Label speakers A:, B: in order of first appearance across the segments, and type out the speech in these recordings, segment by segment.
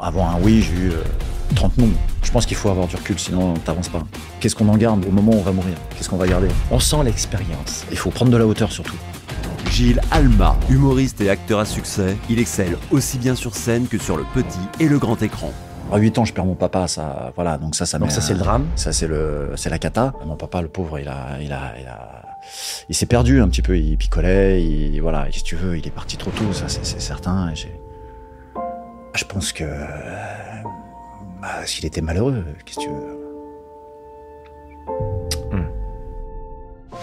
A: Avant un oui, j'ai eu euh, 30 non. Je pense qu'il faut avoir du recul, sinon t'avances pas. Qu'est-ce qu'on en garde au moment où on va mourir Qu'est-ce qu'on va garder On sent l'expérience. Il faut prendre de la hauteur surtout.
B: Gilles Alma, humoriste et acteur à succès, il excelle aussi bien sur scène que sur le petit et le grand écran.
A: À 8 ans, je perds mon papa, ça, voilà, donc ça, ça
C: Donc
A: met
C: ça,
A: un-
C: c'est le drame.
A: Hein. Ça, c'est le, c'est la cata. Mon papa, le pauvre, il a, il a, il a, il s'est perdu un petit peu. Il picolait, il, voilà, et si tu veux, il est parti trop tôt, ça, c'est c'est certain. Et j'ai- Je pense que, euh, bah, s'il était malheureux, qu'est-ce que tu veux?
C: Hmm.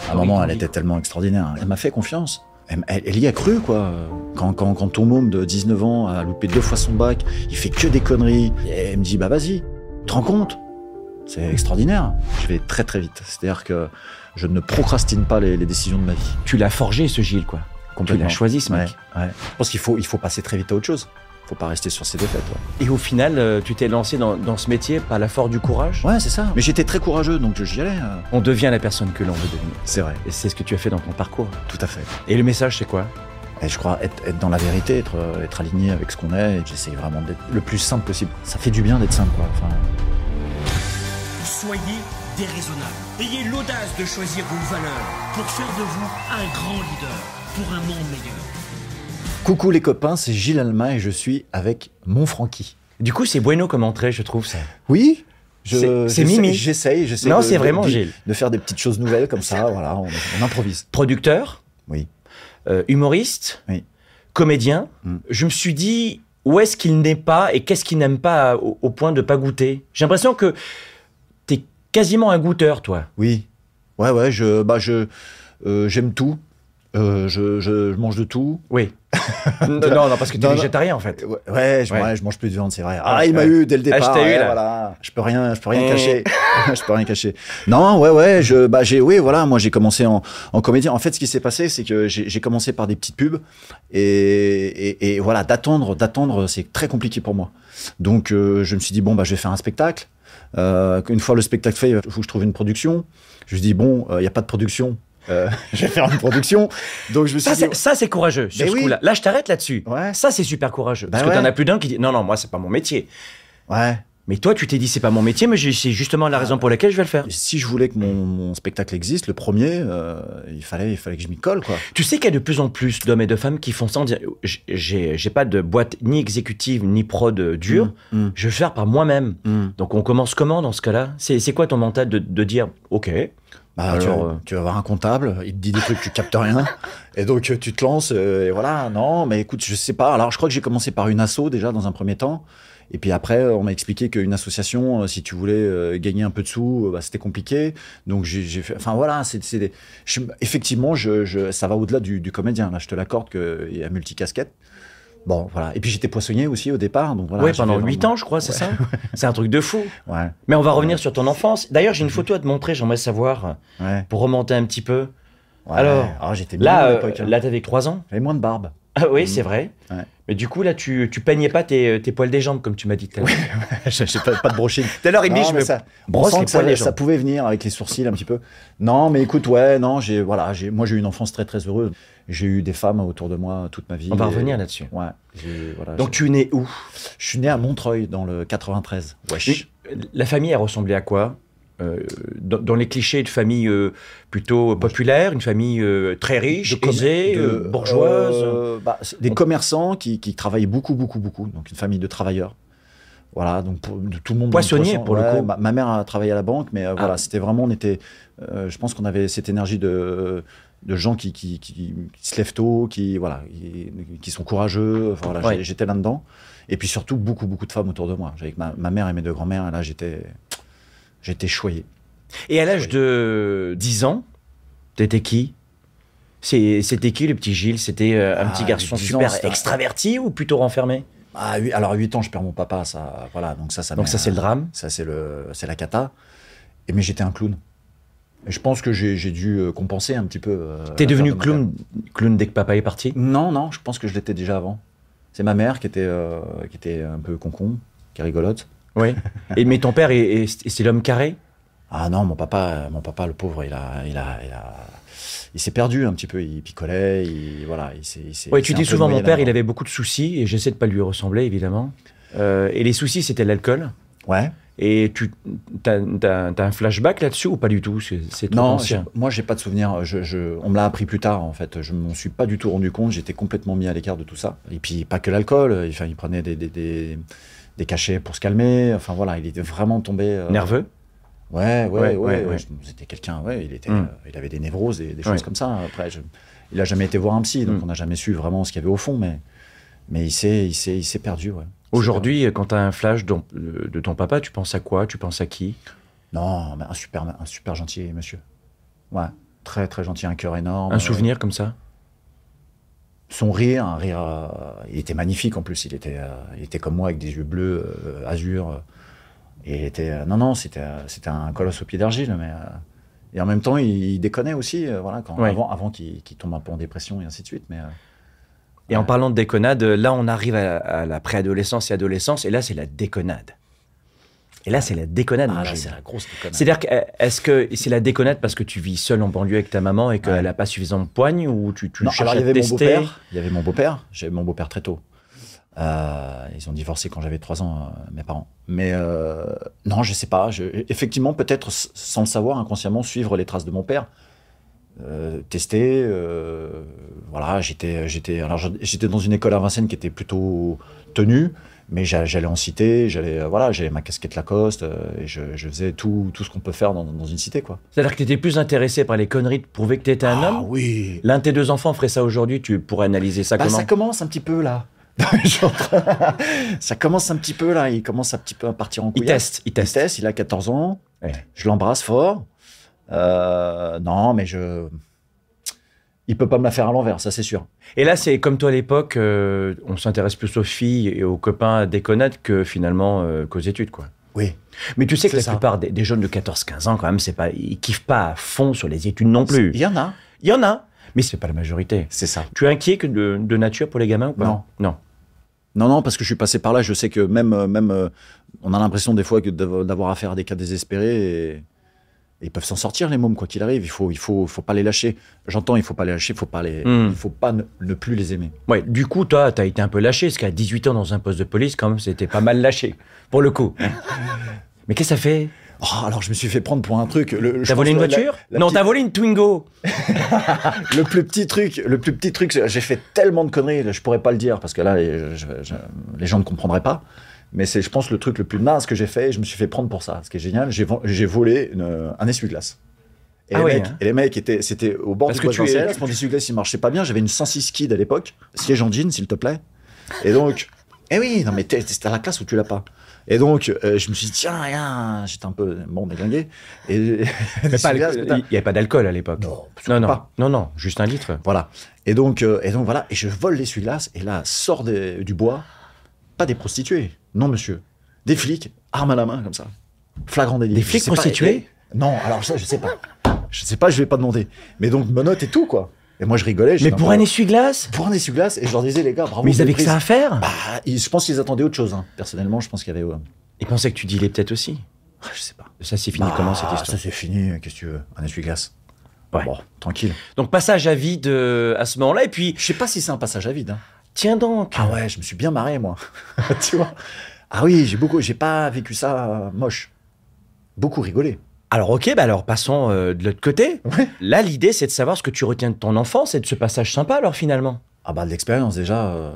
A: À un moment, elle était tellement extraordinaire. Elle m'a fait confiance. Elle, elle- elle y a cru, quoi. Quand, quand, quand ton môme de 19 ans a loupé deux fois son bac, il fait que des conneries, et elle me dit, bah vas-y, tu te rends compte c'est extraordinaire. Je vais très très vite. C'est-à-dire que je ne procrastine pas les, les décisions de ma vie.
C: Tu l'as forgé ce Gilles quoi. Tu l'as choisi ce mec.
A: Ouais, ouais. Je pense qu'il faut, il faut passer très vite à autre chose. Il faut pas rester sur ses défaites. Ouais,
C: Et au final, euh, tu t'es lancé dans, dans ce métier par la force du courage.
A: Ouais, c'est ça. Mais j'étais très courageux, donc je- j'y allais. euh.
C: On devient la personne que l'on veut devenir.
A: C'est vrai,
C: Et c'est ce que tu as fait dans ton parcours.
A: tout à fait.
C: Et le message c'est quoi
A: Et je crois être, être dans la vérité, être, euh, être aligné avec ce qu'on est. et J'essaye vraiment d'être le plus simple possible. Ça fait du bien d'être simple, quoi. Enfin,
D: Soyez déraisonnable. Ayez l'audace de choisir vos valeurs pour faire de vous un grand leader, pour un monde meilleur.
A: Coucou les copains, c'est Gilles Alma et je suis avec mon Francky.
C: Du coup, c'est bueno comme entrée, je trouve ça.
A: Oui
C: je-
A: je- j'essaie-
C: c'est Mimi.
A: J'essaye, j'essaye.
C: Non,
A: de-
C: c'est
A: de-
C: vraiment
A: de-
C: Gilles.
A: De faire des petites choses nouvelles comme ça, voilà, on- on improvise.
C: Producteur,
A: Oui.
C: euh, humoriste,
A: Oui.
C: comédien.
A: Mm.
C: Je me suis dit où est-ce qu'il n'est pas et qu'est-ce qu'il n'aime pas au, au point de pas goûter. J'ai l'impression que t'es quasiment un goûteur, toi.
A: Oui. Ouais, ouais, je, bah, je, euh, j'aime tout. Euh, je, je, je mange de tout.
C: Oui. non, non, non, parce que t'es
A: Non, non.
C: végétarien en fait.
A: Ouais, ouais, je,
C: Ouais.
A: ouais, je mange plus de viande, c'est vrai. Ah, il m'a
C: ouais.
A: eu dès le
C: Ah, je
A: départ.
C: t'ai eu,
A: ouais,
C: là.
A: voilà. Je peux rien, je peux rien
C: Eh.
A: cacher. je peux rien cacher. Non, ouais, ouais, je, bah, j'ai, oui, voilà, moi, j'ai commencé en, en comédien. En fait, ce qui s'est passé, c'est que j'ai j'ai commencé par des petites pubs et, et, et voilà, d'attendre, d'attendre, c'est très compliqué pour moi. Donc, euh, je me suis dit bon, bah, je vais faire un spectacle. Euh, une fois le spectacle fait, il faut que je trouve une production. Je me suis dit bon, il n'y a pas de production. Euh, je vais faire une production. Donc, je me suis
C: Ça,
A: dit.
C: c'est- ça, c'est courageux sur
A: Mais
C: ce
A: oui.
C: coup-là. Là, je t'arrête là-dessus.
A: Ouais.
C: Ça, c'est super courageux.
A: Bah
C: parce que t'en
A: ouais.
C: as plus d'un qui dit non, non, moi, c'est pas mon métier.
A: Ouais.
C: Mais toi, tu t'es dit c'est pas mon métier, mais j'ai- c'est justement la
A: Ah.
C: raison pour laquelle je vais le faire.
A: Et si je voulais que mon, mon spectacle existe, le premier, euh, il fallait, il fallait que je m'y colle, quoi.
C: Tu sais qu'il y a de plus en plus d'hommes et de femmes qui font ça en disant J- j'ai j'ai pas de boîte ni exécutive ni prod euh, dure,
A: Mm,
C: je vais faire par moi-même.
A: mm, mm.
C: Donc on commence comment dans ce cas-là C'est c'est quoi ton mental de, de dire ok
A: Bah,
C: Alors,
A: tu, vas-
C: euh,
A: tu vas voir un comptable, il te dit des trucs, tu captes rien, et donc euh, tu te lances, euh, et voilà. Non, mais écoute, je sais pas. Alors, je crois que j'ai commencé par une asso déjà dans un premier temps, et puis après, euh, on m'a expliqué qu'une association, euh, si tu voulais euh, gagner un peu de sous, euh, bah, c'était compliqué. Donc, j'ai j'ai fait. Enfin, voilà, c'est c'est des- je- effectivement, je, je- ça va au-delà du, du comédien. Là, je te l'accorde qu'il y a multicasquette. Bon, voilà. Et puis j'étais poissonnier aussi au départ, donc voilà.
C: Ouais, pendant
A: j'avais
C: 8
A: Ah, vraiment-
C: ans, je crois, c'est ça C'est un truc de fou.
A: Ouais, Mm.
C: Mais on va revenir sur ton enfance. D'ailleurs, j'ai une photo à te montrer, j'aimerais savoir, euh,
A: ouais.
C: pour remonter un petit peu.
A: ouais.
C: Alors,
A: j'étais mignon
C: Là,
A: à
C: euh,
A: l'époque, hein.
C: là t'avais 3 ans
A: j'avais moins de barbe.
C: Ah oui,
A: Mm.
C: c'est vrai.
A: Ouais.
C: Mais du coup, là, tu, tu peignais pas tes, tes poils des jambes, comme tu m'as dit tout à l'heure.
A: J'ai pas, pas de brochine.
C: Tout à l'heure, il me dit,
A: Non,
C: je
A: mais
C: me
A: ça, on
C: brosse
A: sent
C: les
A: que ça,
C: poils des
A: ça
C: jambes.
A: pouvait venir avec les sourcils un petit peu. Non, mais écoute, ouais, non, j'ai voilà, j'ai moi j'ai eu une enfance très très heureuse. J'ai eu des femmes autour de moi toute ma vie.
C: On va
A: Et-
C: revenir là-dessus.
A: Ouais. j'ai- voilà,
C: Donc,
A: j'ai-
C: tu es né où
A: je suis né à Montreuil dans le 93. Wesh.
C: La famille, elle ressemblait à quoi Euh, dans, dans les clichés de famille euh, plutôt populaire, une famille euh, très riche,
A: com-
C: aisée,
A: de-
C: euh, bourgeoise.
A: euh, bah, c'est des
C: On-
A: commerçants qui, qui travaillaient beaucoup, beaucoup, beaucoup. Donc une famille de travailleurs. Voilà, donc pour- de tout le monde. dans le
C: Poissonnier,
A: poisson.
C: pour le
A: Ouais,
C: coup.
A: Ma,
C: Ah.
A: ma mère a travaillé à la banque, mais euh, voilà, c'était vraiment, on était. euh, je pense qu'on avait cette énergie de de gens qui, qui, qui- qui se lèvent tôt, qui voilà, qui, qui sont courageux. Enfin, voilà,
C: Ouais.
A: j'ai- j'étais là-dedans. Et puis surtout beaucoup, beaucoup de femmes autour de moi. J'avais que ma, ma mère et mes deux grands-mères. et Là, j'étais, j'étais choyé.
C: Et à l'âge de 10 ans, t'étais qui C'est- C'était qui le petit Gilles C'était euh, un
A: Ah,
C: petit garçon
A: 10 ans,
C: super
A: c'était un-
C: extraverti ou plutôt renfermé
A: Ah, huit- alors à 8 ans, je perds mon papa. Ça, voilà, donc ça, ça.
C: Donc
A: met
C: ça, c'est
A: un-
C: le drame.
A: Ça, c'est le, c'est la cata. Et mais j'étais un clown. Et je pense que j'ai, j'ai dû euh, compenser un petit peu. euh,
C: T'es
A: l'affaire de
C: devenu
A: mon
C: clown, clown dès que papa est parti
A: père. Non, non, je pense que je l'étais déjà avant. C'est ma mère qui était, euh, qui était un peu concon, qui est rigolote.
C: Oui. Et, mais ton père, est- est- c'est l'homme carré
A: Ah non, mon papa, euh, mon papa, le pauvre, il a, il a, il a, il s'est perdu un petit peu. Il picolait, il, voilà, il s'est, il s'est-
C: Oui,
A: il
C: tu
A: s'est un
C: dis
A: peu
C: souvent, mon
A: noyé
C: père, il
A: là-dedans.
C: avait beaucoup de soucis et j'essaie de pas lui ressembler, évidemment. Euh, et les soucis, c'était l'alcool.
A: Ouais.
C: Et tu as, un flashback là-dessus ou pas du tout C'est c'est trop
A: Non,
C: ancien.
A: j'ai- moi j'ai pas de souvenir. Je, je- on me l'a appris plus tard en fait. Je m'en suis pas du tout rendu compte. J'étais complètement mis à l'écart de tout ça. Et puis pas que l'alcool. Enfin, il prenait des, des, des- des cachets pour se calmer. Enfin voilà, il était vraiment tombé. euh,
C: Nerveux
A: Ouais, ouais,
C: Ouais,
A: ouais.
C: ouais,
A: ouais,
C: ouais.
A: Je- C'était quelqu'un. Ouais, il était.
C: Mm.
A: euh, il avait des névroses, des, des choses
C: Ouais.
A: comme ça. Après, je- il a jamais été voir un psy, donc
C: Mm.
A: on n'a jamais su vraiment ce qu'il y avait au fond. Mais mais il s'est, il s'est, il s'est perdu. Ouais.
C: Aujourd'hui, quand tu as un flash dont- de, de ton papa, tu penses à quoi Tu penses à qui
A: Non, mais un super, un super gentil monsieur. Ouais, très très gentil, un cœur énorme.
C: Un
A: euh,
C: souvenir comme ça
A: son rire, un rire, euh, il était magnifique en plus. Il était, euh, il était comme moi avec des yeux bleus, euh, azur. euh, et il était, euh, non, non, c'était, euh, c'était un colosse au pied d'argile, mais. euh, et en même temps, il, il déconnait aussi, euh, voilà, quand,
C: Ouais.
A: avant, avant qu'il, qu'il tombe un peu en dépression et ainsi de suite. Mais euh,
C: Et en parlant de déconnade, là, on arrive à, à la préadolescence et adolescence, et là, c'est la déconnade. Et là, c'est la déconnade.
A: ah,
C: mon
A: là,
C: Gilles.
A: c'est la grosse déconne.
C: C'est-à-dire que euh, est-ce que c'est la déconnade parce que tu vis seul en banlieue avec ta maman et qu'elle n'a pas suffisamment de poigne ou tu, tu
A: Non,
C: cherches
A: alors il y
C: à
A: avait mon
C: tester
A: beau-père. Il y avait mon beau-père. J'avais mon beau-père très tôt. Euh, ils ont divorcé quand j'avais 3 ans, euh, mes parents. Mais euh, non, je sais pas. Je- effectivement, peut-être s- sans le savoir, inconsciemment, suivre les traces de mon père. Euh, tester euh, voilà j'étais j'étais alors je- j'étais dans une école à Vincennes qui était plutôt tenue mais j'a- j'allais en cité j'allais euh, voilà j'avais ma casquette Lacoste euh, et je, je faisais tout, tout ce qu'on peut faire dans, dans une cité quoi
C: C'est-à-dire que tu étais plus intéressé par les conneries de prouver que tu étais un homme
A: Ah oui
C: L'un de tes deux enfants ferait ça aujourd'hui, tu pourrais analyser ça
A: Bah,
C: comment
A: ça commence un petit peu là. Genre, ça commence un petit peu là. Il commence un petit peu à partir en
C: Il
A: couille. hein.
C: teste, il teste.
A: il a 14 ans.
C: Ouais.
A: Je l'embrasse fort. Euh, non, mais je. Il peut pas me la faire à l'envers, ça c'est sûr.
C: Et là, c'est comme toi à l'époque, euh, on s'intéresse plus aux filles et aux copains à déconnade que finalement euh, qu'aux études, quoi.
A: Oui.
C: Mais tu sais que
A: C'est
C: la
A: ça.
C: plupart des, des jeunes de 14-15 ans, quand même, c'est pas, ils kiffent pas à fond sur les études non plus.
A: Il y en a.
C: Il y en a, mais c'est pas la majorité.
A: C'est ça.
C: Tu es inquiet que de, de nature pour les gamins ou pas
A: Non.
C: Non.
A: Non, non, parce que je suis passé par là. Je sais que même, euh, même, euh, on a l'impression des fois que d'av- d'avoir affaire à des cas désespérés et, et ils peuvent s'en sortir les mômes quoi qu'il arrive. Il faut, il faut, faut pas les lâcher. J'entends, il faut pas les lâcher. Faut pas les,
C: Hmm.
A: il faut pas ne- ne plus les aimer.
C: Ouais, du coup, toi, t'as été un peu lâché, parce qu'à 18 ans dans un poste de police, quand même, c'était pas mal lâché, pour le coup. mais qu'est-ce que ça fait
A: Oh, alors je me suis fait prendre pour un truc. Le, je
C: T'as
A: pense
C: volé une
A: la-
C: voiture
A: la
C: Non,
A: petite-
C: t'as volé une Twingo
A: Le plus petit truc, le plus petit truc, c'est- j'ai fait tellement de conneries, je pourrais pas le dire parce que là, je- je- je- les gens ne comprendraient pas. Mais c'est, je pense, le truc le plus naze que j'ai fait. et Je me suis fait prendre pour ça, ce qui est génial. J'ai, vo- j'ai volé une- un essuie-glace. Et,
C: Ah
A: les
C: ouais,
A: mecs,
C: hein.
A: et les mecs étaient, c'était au bord
C: Parce
A: du
C: que
A: bois
C: tu es-
A: de Vincennes. Mon essuie-glace, il marchait pas bien. J'avais une 106 Kid à l'époque, siège en jean, s'il te plaît. Et donc, eh oui, non mais t'es, t'es à la classe ou tu l'as pas. Et donc, euh, je me suis dit tiens, rien, j'étais un peu bon déglingué. Et,
C: Mais pas
A: l'essuie-glace,
C: l'alcool.
A: putain.
C: Il n'y avait pas d'alcool à l'époque.
A: Non,
C: non, non,
A: pas.
C: non, non, juste un litre.
A: Voilà. Et donc, euh, et donc voilà, et je vole l'essuie-glace, et là, sort des- du bois, pas des prostituées, non monsieur, des flics, arme à la main, comme ça. Flagrant délit.
C: Des
A: Je
C: flics
A: sais pas,
C: prostitués
A: et- Non, alors ça, je sais pas. Je sais pas, je vais pas demander. Mais donc, menottes et tout, quoi. Et moi, je rigolais.
C: Mais
A: j'étais
C: pour
A: un
C: un
A: peu-
C: essuie-glace
A: Pour un essuie-glace, et je leur disais, les gars, bravo.
C: Mais ils
A: vous
C: avaient
A: avez
C: que ça à
A: prise.
C: faire
A: Bah, ils- je pense qu'ils attendaient autre chose, hein. Personnellement, je pense qu'il y avait. euh,
C: Ils pensaient que tu dealais peut-être aussi.
A: Je sais pas.
C: Ça, c'est fini
A: Bah,
C: comment cette histoire
A: Ça, c'est fini, qu'est-ce que tu veux Un essuie-glace.
C: Ouais.
A: Bon, tranquille.
C: Donc, passage à vide euh, à ce moment-là, et puis,
A: Je sais pas si c'est un passage à vide, hein.
C: tiens donc
A: Ah ouais, je me suis bien marré moi. tu vois Ah oui, j'ai beaucoup, j'ai pas vécu ça euh, moche. Beaucoup rigolé.
C: Alors, ok, bah alors passons euh, de l'autre côté.
A: Ouais.
C: Là, l'idée, c'est de savoir ce que tu retiens de ton enfance et de ce passage sympa, alors finalement.
A: Ah bah de l'expérience déjà. euh,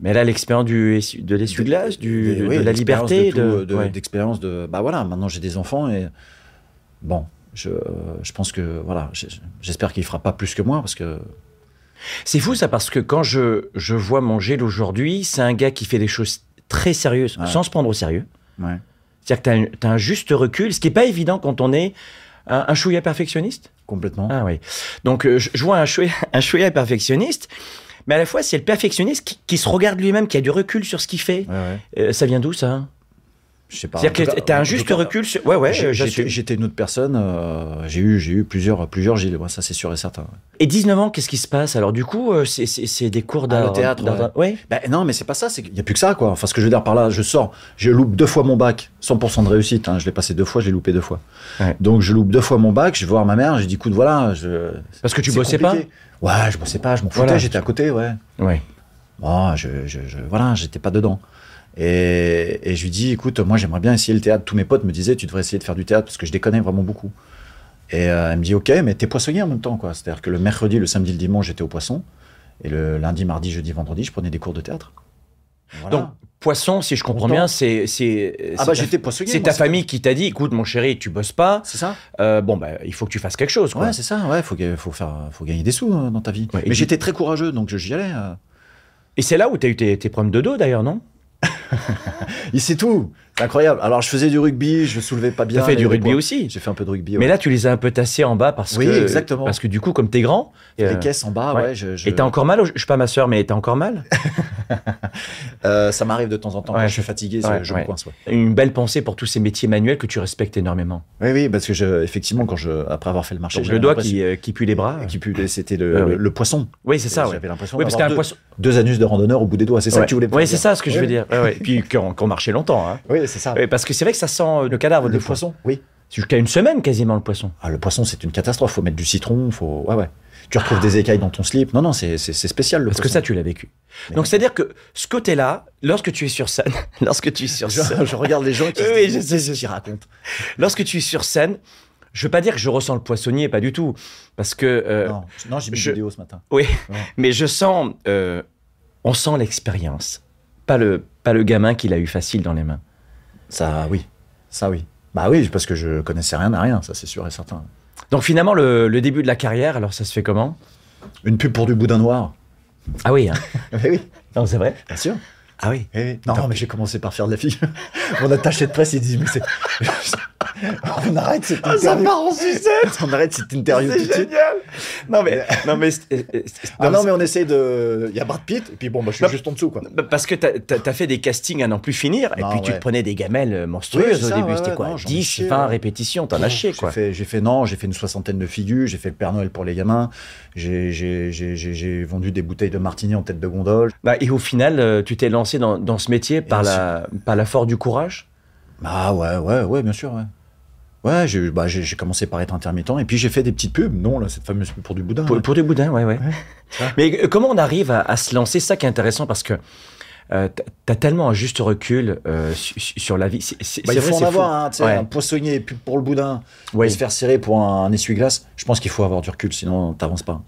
C: Mais là, l'expérience du, essu- de l'essuie-glace, du-
A: des-
C: de,
A: oui,
C: de la
A: l'expérience
C: liberté,
A: de, tout, euh,
C: de.
A: de-
C: ouais.
A: d'expérience de. Bah voilà, maintenant j'ai des enfants et bon, je, euh, je pense que voilà, j'ai- j'espère qu'il fera pas plus que moi parce que
C: C'est fou ça parce que quand je, je vois mon Gilles aujourd'hui, c'est un gars qui fait des choses très sérieuses
A: Ouais.
C: sans se prendre au sérieux.
A: ouais.
C: C'est-à-dire que tu as, un juste recul, ce qui n'est pas évident quand on est un, un chouïa perfectionniste.
A: complètement.
C: Ah oui. Donc euh, je, je vois un chouïa, un chouïa perfectionniste, mais à la fois c'est le perfectionniste qui, qui se regarde lui-même, qui a du recul sur ce qu'il fait.
A: Ouais, ouais.
C: Euh, ça vient d'où ça
A: Je sais pas. Bah, en
C: C'est-à-dire
A: tout
C: que
A: cas-
C: tu as
A: en
C: un
A: tout
C: juste
A: cas,
C: recul sur... Ouais, ouais,
A: j'ai-
C: euh,
A: J'étais
C: j'assume.
A: j'étais une autre personne. euh, j'ai eu, j'ai eu plusieurs, plusieurs Gilles. ouais, ça c'est sûr et certain. ouais.
C: Et 19 ans, qu'est-ce qui se passe Alors du coup, euh, c'est- c'est c'est des cours d'art.
A: le théâtre,
C: d'art- ouais.
A: Ben non, mais c'est pas ça, c'est qu'il n'y a plus que ça, quoi. Enfin, ce que je veux dire par là, je sors, je loupe deux fois mon bac, 100% de réussite, hein. je l'ai passé deux fois, je l'ai loupé deux fois.
C: Ouais.
A: Donc, je loupe deux fois mon bac, je vais voir ma mère, j'ai dit, écoute, voilà, je.
C: Parce que tu
A: c'est
C: bossais
A: compliqué. Ouais, je bossais pas, je m'en foutais,
C: Voilà.
A: j'étais à côté, ouais.
C: pas Ouais.
A: Bon, je, je, je- voilà, j'étais pas dedans. Et, et je lui dis, écoute, moi j'aimerais bien essayer le théâtre. Tous mes potes me disaient, tu devrais essayer de faire du théâtre parce que je déconnais vraiment beaucoup. Et euh, elle me dit, ok, mais t'es poissonnier en même temps, quoi. C'est-à-dire que le mercredi, le samedi, le dimanche, j'étais au poisson. Et le lundi, mardi, jeudi, vendredi, je prenais des cours de théâtre. Voilà.
C: Donc, Poisson, si je comprends
A: Pourtant-
C: bien, c'est c'est
A: ah
C: c'est
A: bah
C: ta-
A: j'étais poissonnier.
C: c'est
A: moi,
C: ta famille qui t'a dit, écoute mon chéri, tu bosses pas,
A: C'est ça
C: euh, bon bah il faut que tu fasses quelque chose. Quoi.
A: Ouais, c'est ça. Ouais, faut, ga- faut faire, faut gagner des sous euh, dans ta vie.
C: Ouais, et
A: mais
C: puis-
A: j'étais très courageux, donc je- j'y allais. euh.
C: Et c'est là où t'as eu tes, tes problèmes de dos d'ailleurs, non
A: Il sait tout. C'est incroyable. Alors je faisais du rugby, je soulevais pas bien.
C: T'as fait
A: les-
C: du
A: les
C: rugby
A: poids.
C: aussi.
A: J'ai fait un peu de rugby.
C: Mais
A: ouais.
C: là tu les as un peu tassés en bas parce
A: Oui,
C: que
A: exactement.
C: parce que du coup comme t'es grand.
A: les
C: euh,
A: caisses en bas,
C: ouais.
A: ouais. je- je-
C: et t'as encore mal, au- je suis pas ma sœur, mais t'as encore mal
A: Euh, ça m'arrive de temps en temps
C: Ouais.
A: quand je suis fatigué, ça-
C: Ouais,
A: je
C: ouais.
A: me coince. ouais.
C: Une belle pensée pour tous ces métiers manuels que tu respectes énormément.
A: Oui, oui, parce que je, effectivement, quand je, après avoir fait le marché,
C: Donc
A: j'avais
C: le doigt
A: l'impression-
C: qui, euh, qui pue les bras.
A: qui pue, les- c'était le,
C: Ah oui.
A: le poisson.
C: Oui, c'est ça.
A: Et
C: Ouais.
A: J'avais l'impression
C: Oui, parce
A: d'avoir
C: qu'un
A: deux,
C: poisson.
A: deux anus de randonneur au bout des doigts. C'est ça que tu voulais. me
C: Oui,
A: faire
C: c'est
A: dire.
C: ça ce que je veux
A: Ouais.
C: dire. Ouais, ouais. Et puis qu'on qu'on marchait longtemps. hein.
A: Oui, c'est ça.
C: Ouais, parce que c'est vrai que ça sent euh, le cadavre
A: Le
C: des poissons.
A: poisson, oui.
C: Jusqu'à une semaine quasiment le poisson.
A: Ah, le poisson, c'est une catastrophe. Faut mettre du citron. Faut, ouais, ouais. Tu retrouves des écailles dans ton slip. Non, non, c'est c'est- c'est spécial. Le
C: Parce que
A: poisson.
C: ça, tu l'as vécu.
A: Mais
C: Donc, c'est-à-dire que ce côté-là, lorsque tu es sur scène, lorsque tu es sur scène,
A: Je, je regarde les gens qui,
C: Oui, je sais, je
A: qui racontent.
C: lorsque tu es sur scène, je veux pas dire que je ressens le poissonnier, pas du tout, parce que, euh,
A: non, non, j'ai mis
C: je-
A: une vidéo ce matin.
C: oui,
A: Non.
C: mais je sens, euh, on sent l'expérience, pas le, pas le gamin qui l'a eu facile dans les mains.
A: Ça, oui. Ça, oui. Bah oui, parce que je connaissais rien à rien. Ça, c'est sûr et certain.
C: Donc finalement, le, le début de la carrière, alors ça se fait comment
A: Une pub pour du boudin noir.
C: Ah oui, hein.
A: Mais Eh oui,
C: non, c'est vrai.
A: bien sûr.
C: Ah oui.
A: Eh oui. Non, mais j'ai commencé par faire de la figure. Mon attaché de presse, il dit, mais c'est... On arrête cette interview.
C: en sucette.
A: On arrête cette interview tout de suite.
C: génial. Non mais, non mais, c'est- euh, c'est-
A: Ah non, mais on essaye de... Il y a Brad Pitt, et puis bon, bah, je suis
C: Non.
A: juste en dessous, quoi.
C: Bah, Parce que t'as as, fait des castings à n'en plus finir, et
A: Ah,
C: puis tu
A: ouais.
C: te prenais des gamelles euh, monstrueuses
A: Oui, c'est
C: au
A: ça,
C: début.
A: ouais,
C: C'était
A: ouais,
C: quoi
A: non, j'en ai
C: 10,
A: chié,
C: 20
A: ouais.
C: répétitions, t'en as chié
A: J'ai
C: quoi.
A: fait- J'ai fait, non, j'ai fait une soixantaine de figures, j'ai fait le Père Noël pour les gamins, j'ai- j'ai j'ai- j'ai- j'ai vendu des bouteilles de martini en tête de gondole.
C: Bah, et au final, euh, tu t'es lancé dans, dans ce métier par
A: bien
C: la, par la force du courage.
A: Ah ouais, ouais, ouais, bien sûr, ouais. Ouais, j'ai bah, j'ai- j'ai commencé par être intermittent, et puis j'ai fait des petites pubs, non, là, cette fameuse pub pour du boudin. hein.
C: Pour,
A: ouais.
C: pour des boudins, ouais, ouais.
A: ça.
C: Mais euh, comment on arrive à, à se lancer C'est ça qui est intéressant parce que euh, t'as- t'as tellement un juste recul euh, su- su- sur la vie. C'est c'est-
A: Bah,
C: c'est
A: il faut
C: vrai,
A: en
C: c'est fou.
A: avoir, hein, tu sais,
C: Ouais.
A: un poissonnier, pub pour le boudin,
C: Ouais.
A: et se faire serrer pour un, un essuie-glace. Je pense qu'il faut avoir du recul, sinon t'avances pas.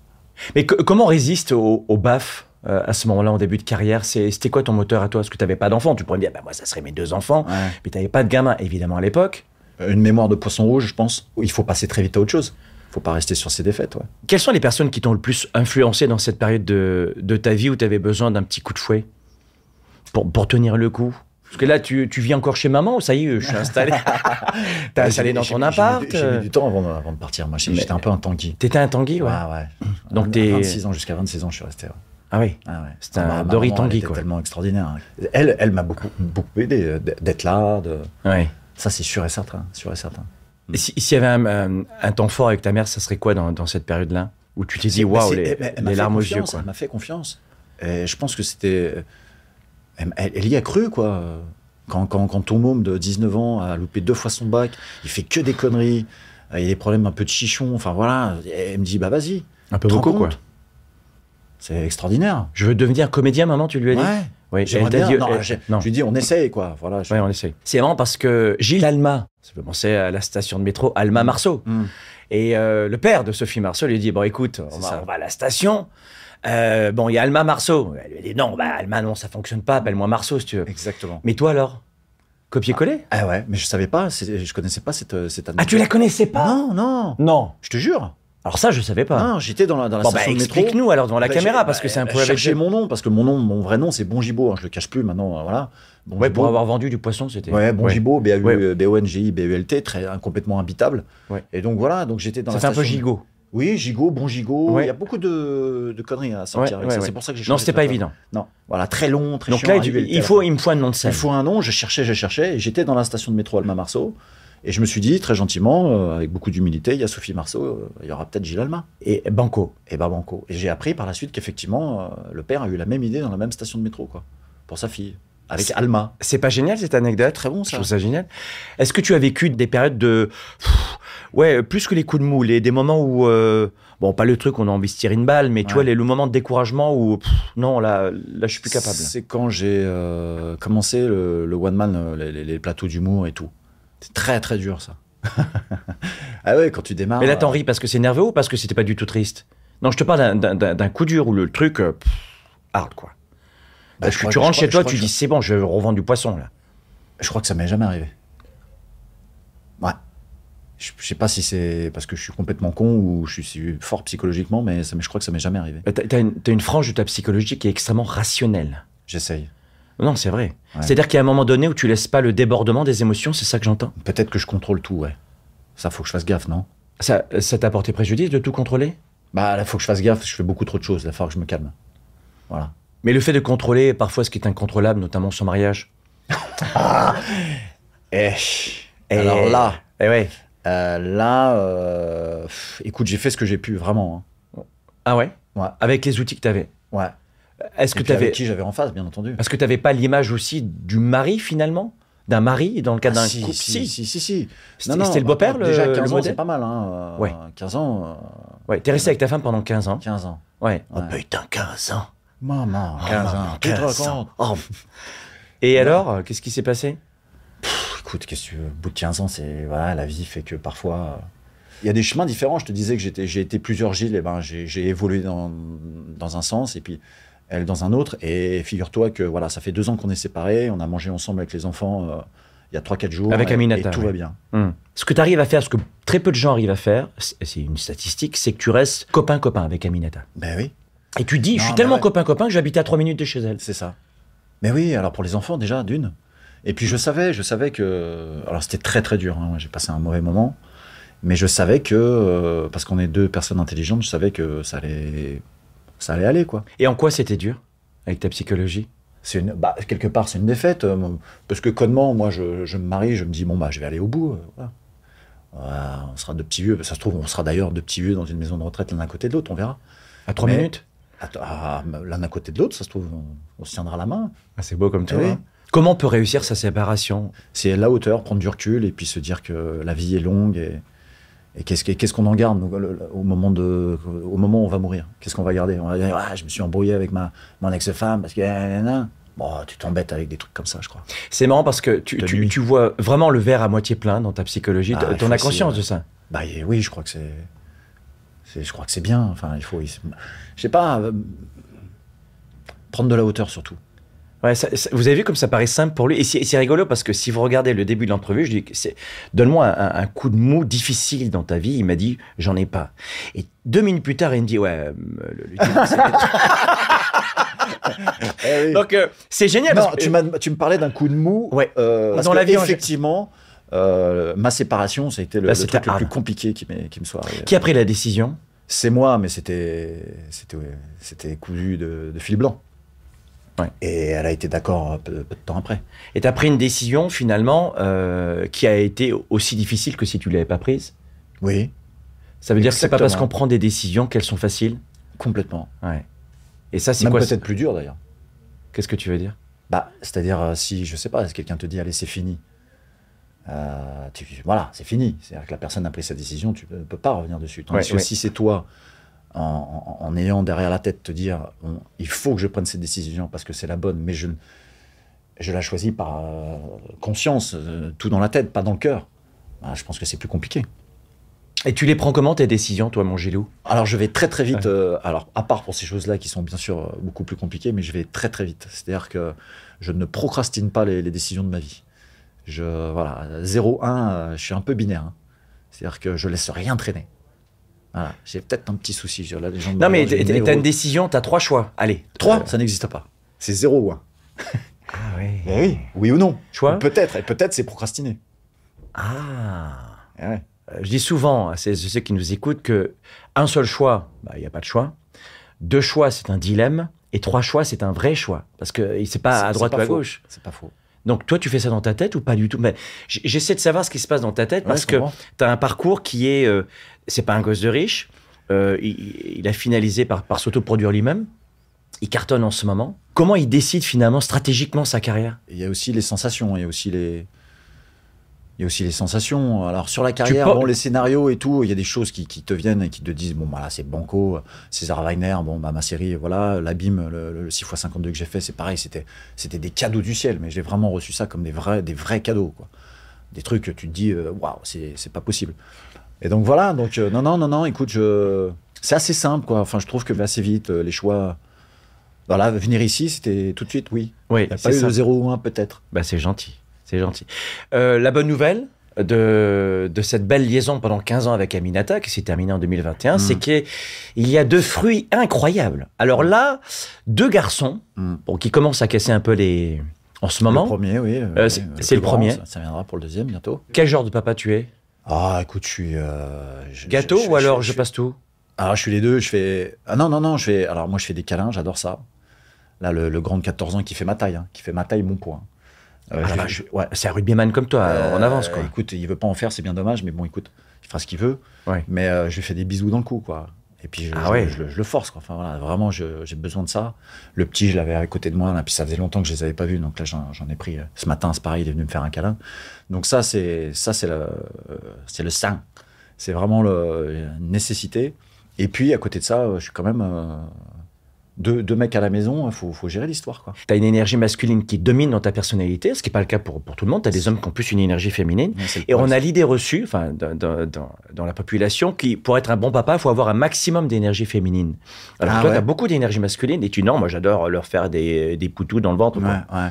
C: Mais que- comment on résiste au, au baf euh, à ce moment-là, en début de carrière C'est- C'était quoi ton moteur à toi Parce que t'avais pas d'enfant. Tu pourrais me dire, bah, moi, ça serait mes deux enfants.
A: Ouais.
C: Mais t'avais pas de gamin, évidemment, à l'époque.
A: Une mémoire de poisson rouge, je pense. Il faut passer très vite à autre chose. Faut pas rester sur ses défaites, ouais.
C: Quelles sont les personnes qui t'ont le plus influencé dans cette période de, de ta vie où tu avais besoin d'un petit coup de fouet pour, pour tenir le coup Parce que là, tu, tu vis encore chez maman ou ça y est, je suis installé T'es installé
A: J'ai-
C: dans
A: j'ai-
C: ton
A: j'ai mis
C: appart euh
A: du- J'ai mis, du temps avant de, avant de partir. Moi, j'ai-
C: Mais-
A: j'étais un peu un tanguy.
C: T'étais un tanguy, ouais.
A: Ouais, ouais.
C: Donc
A: À
C: t'es-
A: 26 ans, jusqu'à 26 ans, je suis resté. ouais.
C: Ah oui.
A: Ah ouais.
C: C'était un
A: Ma- ma
C: Dory
A: maman, elle
C: Tanguy,
A: était
C: quoi.
A: tellement extraordinaire. hein. Elle, elle m'a beaucoup, beaucoup aidé euh, d- d'être là. de-
C: Ouais.
A: Ça, c'est sûr et certain. Sûr et certain.
C: Et si- s'il y avait un, un- un temps fort avec ta mère, ça serait quoi dans, dans cette période-là Où tu t'es dit, waouh,
A: Mais Bah, c'est- eh,
C: les,
A: elle m'a- elle m'a
C: les
A: fait
C: larmes aux yeux,
A: confiance,
C: quoi.
A: Elle m'a fait confiance. Et je pense que c'était. euh, Elle, elle- elle y a cru, quoi. Quand, quand, quand ton môme de 19 ans a loupé deux fois son bac, il fait que des conneries, euh, il a des problèmes un peu de chichon, enfin voilà. Elle me dit, bah vas-y.
C: Un peu
A: te rends
C: beaucoup, quoi.
A: compte C'est extraordinaire.
C: Je veux devenir comédien, maman, tu lui as dit
A: Ouais.
C: Oui,
A: J'aimerais
C: elle t'a
A: bien.
C: dit-
A: non,
C: elle-
A: j'ai-
C: non.
A: Je lui dis, on essaye, quoi. Voilà. je-
C: Ouais, on essaye. C'est marrant parce que Gilles Alma, ça peut penser à la station de métro Alma Marceau.
A: Mm.
C: Et euh, le père de Sophie Marceau lui dit Bon, écoute, on
A: C'est
C: va,
A: ça.
C: on va à la station. Euh, bon, il y a Alma Marceau. Elle lui dit Non, bah, Alma, non, ça fonctionne pas. Appelle-moi Marceau si tu veux.
A: Exactement.
C: Mais toi alors Copier-coller
A: Ah ouais, mais je savais pas, c'est- je connaissais pas cette, euh, cette
C: Ah, tu la connaissais
A: anecdote.
C: pas
A: Non, non,
C: Non.
A: je te jure.
C: Alors ça, je savais pas.
A: Non, j'étais dans la, dans la
C: bon, bah,
A: station de métro.
C: explique-nous alors devant la
A: Bah,
C: caméra
A: j'ai-
C: parce que
A: bah,
C: c'est un
A: bah,
C: peu avec
A: chercher mon nom parce que mon nom, mon vrai nom, c'est Bon Gibaud. hein, je le cache plus maintenant, euh, voilà. Bon
C: Ouais, pour
A: Gibaud.
C: avoir vendu du poisson, c'était.
A: Ouais, Bon Gibaud, B A U-
C: Ouais.
A: euh, B O N G I B U L T, très hein, complètement habitable.
C: Ouais.
A: Et donc voilà, donc j'étais dans
C: Ça
A: la
C: fait un peu
A: station-
C: gigot.
A: Oui, gigot, bon gigot.
C: Ouais.
A: Il y a beaucoup de, de conneries à sortir
C: Ouais,
A: avec
C: ouais,
A: ça.
C: ouais.
A: C'est pour ça que j'ai
C: Non,
A: changé
C: c'était
A: de
C: pas
A: plateforme.
C: évident.
A: Non, voilà, très long, très
C: Donc
A: chiant,
C: là,
A: à
C: il,
A: ULT, à
C: il
A: la
C: faut,
A: fin.
C: il me faut un nom de scène.
A: Il faut un nom, je cherchais, je cherchais, et j'étais dans la station de métro Alma Marceau, et je me suis dit, très gentiment, euh, avec beaucoup d'humilité, il y a Sophie Marceau, euh, il y aura peut-être Gilles Alma,
C: Et Banco.
A: et bah banco. Et j'ai appris par la suite qu'effectivement, euh, le père a eu la même idée dans la même station de métro, quoi, pour sa fille, avec
C: C'est-
A: Alma.
C: C'est pas génial cette anecdote
A: Très bon,
C: Je
A: ça.
C: trouve ça génial. Est-ce que tu as vécu des périodes de pff, Ouais, plus que les coups de mou, les, des moments où. euh, bon, pas le truc, on a envie de se tirer une balle, mais tu
A: Ouais.
C: vois, les, le moment de découragement où. pff, non, là, là, je suis plus capable.
A: C'est quand j'ai euh, commencé le, le one man, euh, les, les- les plateaux d'humour et tout. C'est très très dur ça. ah ouais, quand tu démarres.
C: Mais là, t'en
A: euh,
C: ris parce que c'est nerveux ou parce que c'était pas du tout triste Non, je te parle d'un- d'un- d'un d'un coup dur où le truc. euh, pff, hard, quoi.
A: bah,
C: Parce
A: je
C: que
A: crois
C: tu rentres
A: je
C: chez
A: crois-
C: toi,
A: je crois
C: tu
A: que
C: dis, c'est bon, je revends du poisson, là.
A: Je, je crois que ça m'est jamais arrivé. Ouais. Je, je sais pas si c'est parce que je suis complètement con ou je suis- je suis fort psychologiquement, mais ça, m'est- je crois que ça m'est jamais arrivé.
C: Bah, T'as- T'as une, t'as une frange de ta psychologie qui est extrêmement rationnelle.
A: J'essaye.
C: Non, c'est vrai.
A: Ouais.
C: C'est-à-dire qu'il y a un moment donné où tu laisses pas le débordement des émotions, c'est ça que j'entends.
A: Peut-être que je contrôle tout, ouais. Ça, faut que je fasse gaffe, non
C: Ça ça t'a porté préjudice de tout contrôler
A: Bah là, faut que je fasse gaffe, je fais beaucoup trop de choses, là, faut que je me calme. Voilà.
C: Mais le fait de contrôler parfois ce qui est incontrôlable, notamment son mariage.
A: Eh, alors là,
C: Eh ouais.
A: Euh, là, euh, pff, écoute, j'ai fait ce que j'ai pu, vraiment.
C: Ah ouais
A: Ouais.
C: Avec les outils que t'avais.
A: hein. Ouais.
C: Est-ce
A: Et
C: que
A: puis avec
C: t'avais
A: qui j'avais en face, bien entendu.
C: Est-ce que t'avais pas l'image aussi du mari finalement D'un mari dans le cas Ah, d'un
A: Ah, si,
C: couple
A: si, si, si, si.
C: C'était c'était le
A: bah,
C: beau-père, le,
A: Déjà,
C: le
A: 15 ans,
C: modèle
A: c'est pas mal. Hein. euh,
C: Ouais.
A: 15 ans,
C: Ouais, t'es resté avec ta femme pendant 15 ans.
A: euh, 15 ans.
C: Ouais. Oh,
A: Ouais.
C: putain, 15 ans.
A: Ah, Maman,
C: Oh,
A: 15
C: maman,
A: ans. Tu te
C: 15
A: racontes
C: ans. Oh. Et alors, euh, qu'est-ce qui s'est passé
A: Pff, Écoute, qu'est-ce que tu veux Au bout de 15 ans, c'est voilà, la vie fait que parfois... euh, Il y a des chemins différents. Je te disais que j'étais- j'ai été plusieurs Gilles. Et ben, j'ai j'ai évolué dans, dans un sens et puis elle dans un autre. Et figure-toi que voilà, ça fait deux ans qu'on est séparés. On a mangé ensemble avec les enfants euh, il y a 3-4 jours.
C: Avec
A: et-
C: Aminata,
A: Et tout
C: oui.
A: va bien.
C: Hmm. Ce que tu arrives à faire, ce que très peu de gens arrivent à faire, c'est c'est une statistique, c'est que tu restes copain-copain avec Aminata.
A: Ben oui,
C: Et tu dis,
A: Non,
C: je suis
A: mais
C: tellement
A: ouais.
C: copain-copain que j'habite à 3 minutes de chez elle.
A: c'est ça. Mais oui, alors pour les enfants déjà, d'une. Et puis je savais, je savais que... Alors c'était très très dur, hein, j'ai passé un mauvais moment. Mais je savais que, euh, parce qu'on est deux personnes intelligentes, je savais que ça allait, ça allait aller, quoi.
C: Et en quoi c'était dur avec ta psychologie
A: C'est une, bah, quelque part, c'est une défaite. euh, mon- parce que connement, moi, je, je me marie, je me dis, bon, bah, je vais aller au bout. euh, voilà. Voilà, on sera deux petits vieux. Ça se trouve, on sera d'ailleurs deux petits vieux dans une maison de retraite l'un à côté de l'autre, on verra.
C: À 3
A: Mais-
C: minutes
A: Attends, ah, l'un à côté de l'autre, ça se trouve, on- on se tiendra la main.
C: Ah, C'est beau comme
A: Eh oui.
C: hein. Comment peut réussir sa séparation
A: c'est la hauteur, prendre du recul et puis se dire que la vie est longue et, et qu'est-ce que- qu'est-ce qu'on en garde nous, le- le- au moment de au moment où on va mourir Qu'est-ce qu'on va garder On va dire ah, je me suis embrouillé avec ma mon ex-femme parce que ah, nanana. bon tu t'embêtes avec des trucs comme ça je crois.
C: C'est marrant parce que tu,
A: T'as
C: tu-
A: mis.
C: tu vois vraiment le verre à moitié plein dans ta psychologie.
A: Ah,
C: T'en-
A: il
C: T'en
A: faut
C: as
A: essayer,
C: conscience
A: ouais.
C: de ça
A: Bah et oui je crois que c'est c'est- je crois que c'est bien. Enfin il faut il- je sais pas euh, prendre de la hauteur surtout.
C: Ouais, ça- ça- vous avez vu comme ça paraît simple pour lui. Et c'est c'est rigolo parce que si vous regardez le début de l'entrevue, je dis que c'est- Donne-moi un, un coup de mot difficile dans ta vie. Il m'a dit J'en ai pas. Et deux minutes plus tard, il me dit Ouais, euh, le- le divorce, c'est- Donc euh, c'est génial.
A: Non,
C: parce que-
A: tu, m'as- tu me parlais d'un coup de mou.
C: Ouais.
A: euh, parce
C: Dans
A: que
C: la vie en
A: effectivement, euh, ma séparation, ça a été le,
C: Là,
A: le
C: Bah, c'était
A: truc le
C: hard.
A: plus compliqué qui, m'est- qui me soit arrivé.
C: Qui a pris la décision
A: C'est moi, mais c'était c'était ouais, c'était cousu de, de fil blanc.
C: Ouais.
A: Et elle a été d'accord euh, peu, peu de temps après.
C: Et t'as pris une décision finalement euh, qui a été aussi difficile que si tu l'avais pas prise.
A: Oui,
C: Ça veut dire que c'est pas
A: Exactement.
C: parce qu'on prend des décisions qu'elles sont faciles.
A: complètement.
C: Ouais. Et ça, c'est
A: Même
C: quoi
A: peut-être plus dur d'ailleurs.
C: Qu'est-ce que tu veux dire
A: Bah, c'est-à-dire euh, si je sais pas, si quelqu'un te dit allez c'est fini. Euh, tu- voilà, c'est fini. C'est-à-dire que la personne a pris sa décision, tu ne peux pas revenir dessus. Tandis
C: Ouais,
A: que
C: ouais.
A: si c'est toi, en, en- en ayant derrière la tête te dire Bon, il faut que je prenne cette décision parce que c'est la bonne, mais je, ne- je la choisis par euh, conscience, euh, tout dans la tête, pas dans le cœur, bah, je pense que c'est plus compliqué.
C: Et tu les prends comment tes décisions, toi, mon Gilou
A: Alors je vais très très vite, euh, alors à part pour ces choses-là qui sont bien sûr euh, beaucoup plus compliquées, mais je vais très très vite. C'est-à-dire que je ne procrastine pas les, les décisions de ma vie. Je, voilà, 0-1, euh, je suis un peu binaire. hein. C'est-à-dire que je laisse rien traîner. Voilà, j'ai peut-être un petit souci. je- Là, les gens me
C: Non, mais
A: regardent, je
C: t'as
A: me dis,
C: t'as
A: oh,
C: une décision, t'as trois choix. Allez.
A: trois,
C: Euh,
A: ça n'existe pas. C'est 0 ou 1.
C: Ah ouais.
A: oui. Oui ou non.
C: Choix
A: Ou Peut-être, et peut-être c'est procrastiner.
C: Ah.
A: Eh ouais.
C: Euh, Je dis souvent à ceux ceux qui nous écoutent que un seul choix, bah, il n'y a pas de choix. Deux choix, c'est un dilemme. Et trois choix, c'est un vrai choix. Parce que c'est pas
A: C'est-
C: Ah, à
A: c'est
C: droite
A: pas
C: ou à
A: faux.
C: gauche.
A: C'est pas faux.
C: Donc toi, tu fais ça dans ta tête ou pas du tout Mais j- J'essaie de savoir ce qui se passe dans ta tête
A: Ouais,
C: parce
A: je
C: que
A: comprends.
C: tu as un parcours qui est... euh, c'est pas un gosse de riche. Euh, il, il a finalisé par, par s'autoproduire lui-même. Il cartonne en ce moment. Comment il décide finalement stratégiquement sa carrière
A: Il y a aussi les sensations, il y a aussi les. Il y a aussi les sensations. Alors sur la carrière,
C: pars-
A: bon, les scénarios et tout, il y a des choses qui, qui te viennent et qui te disent bon bah là c'est Banco, César Wagner, bon bah ma série, voilà, l'abîme, le, le 6 x 52 que j'ai fait, c'est pareil, c'était c'était des cadeaux du ciel, mais j'ai vraiment reçu ça comme des vrais des vrais cadeaux quoi, des trucs que tu te dis euh, waouh c'est c'est pas possible. Et donc voilà, donc euh, non non non non, écoute, je c'est assez simple quoi. Enfin je trouve que assez vite euh, les choix. Voilà, venir ici, c'était tout de suite, oui.
C: Oui,
A: Il n'y a
C: c'est
A: pas eu
C: ça.
A: le 0 ou 1 peut-être.
C: Bah, c'est gentil, c'est gentil. Euh, la bonne nouvelle de, de cette belle liaison pendant 15 ans avec Aminata, qui s'est terminée en 2021,
A: Mm.
C: c'est qu'il y a deux fruits incroyables. Alors là, deux garçons,
A: Mm.
C: bon, qui commencent à casser un peu les... En ce
A: Le
C: moment,
A: premier, oui.
C: Euh, c'est- c'est le
A: plus grand,
C: premier.
A: Ça, ça viendra pour le deuxième bientôt.
C: quel genre de papa tu es
A: Ah, écoute, je suis. euh, je-
C: Gâteau
A: je- je-
C: ou alors
A: je,
C: je passe tout
A: Alors, je suis les deux. Je fais. Ah non, non, non. Je fais. Alors, moi, je fais des câlins. J'adore ça. Là, le, le grand de 14 ans qui fait ma taille, hein, qui fait ma taille, mon poids. Euh,
C: Ah
A: je-
C: bah, je- ouais, C'est un rugbyman comme toi,
A: euh,
C: on Ah, avance quoi.
A: Écoute, il veut pas en faire, c'est bien dommage, mais bon, écoute, il fera ce qu'il veut.
C: Ouais.
A: Mais euh, je lui fais des bisous dans le cou, quoi. Et puis, je,
C: Ah
A: je-
C: ouais.
A: je le- je le force, quoi. Enfin, voilà, vraiment, je- j'ai besoin de ça. Le petit, je l'avais à côté de moi, là, puis ça faisait longtemps que je les avais pas vus, donc là, j'en j'en ai pris. euh, Ce matin, c'est pareil, il est venu me faire un câlin. Donc, ça, c'est ça, c'est le, euh, c'est le sein. C'est vraiment le- une nécessité. Et puis, à côté de ça, euh, je suis quand même. euh, deux, deux mecs à la maison, il faut, faut gérer l'histoire. quoi.
C: T'as une énergie masculine qui domine dans ta personnalité, ce qui n'est pas le cas pour, pour tout le monde. T'as des hommes qui ont plus une énergie féminine.
A: Donc, c'est le
C: Et on
A: problème.
C: a l'idée reçue, enfin, dans, dans- dans- dans la population, qui pour être un bon papa, il faut avoir un maximum d'énergie féminine. Alors
A: Ah
C: toi,
A: ouais.
C: tu as beaucoup d'énergie masculine et tu non, moi j'adore leur faire des, des poutous dans le ventre. quoi.
A: Ouais, ouais.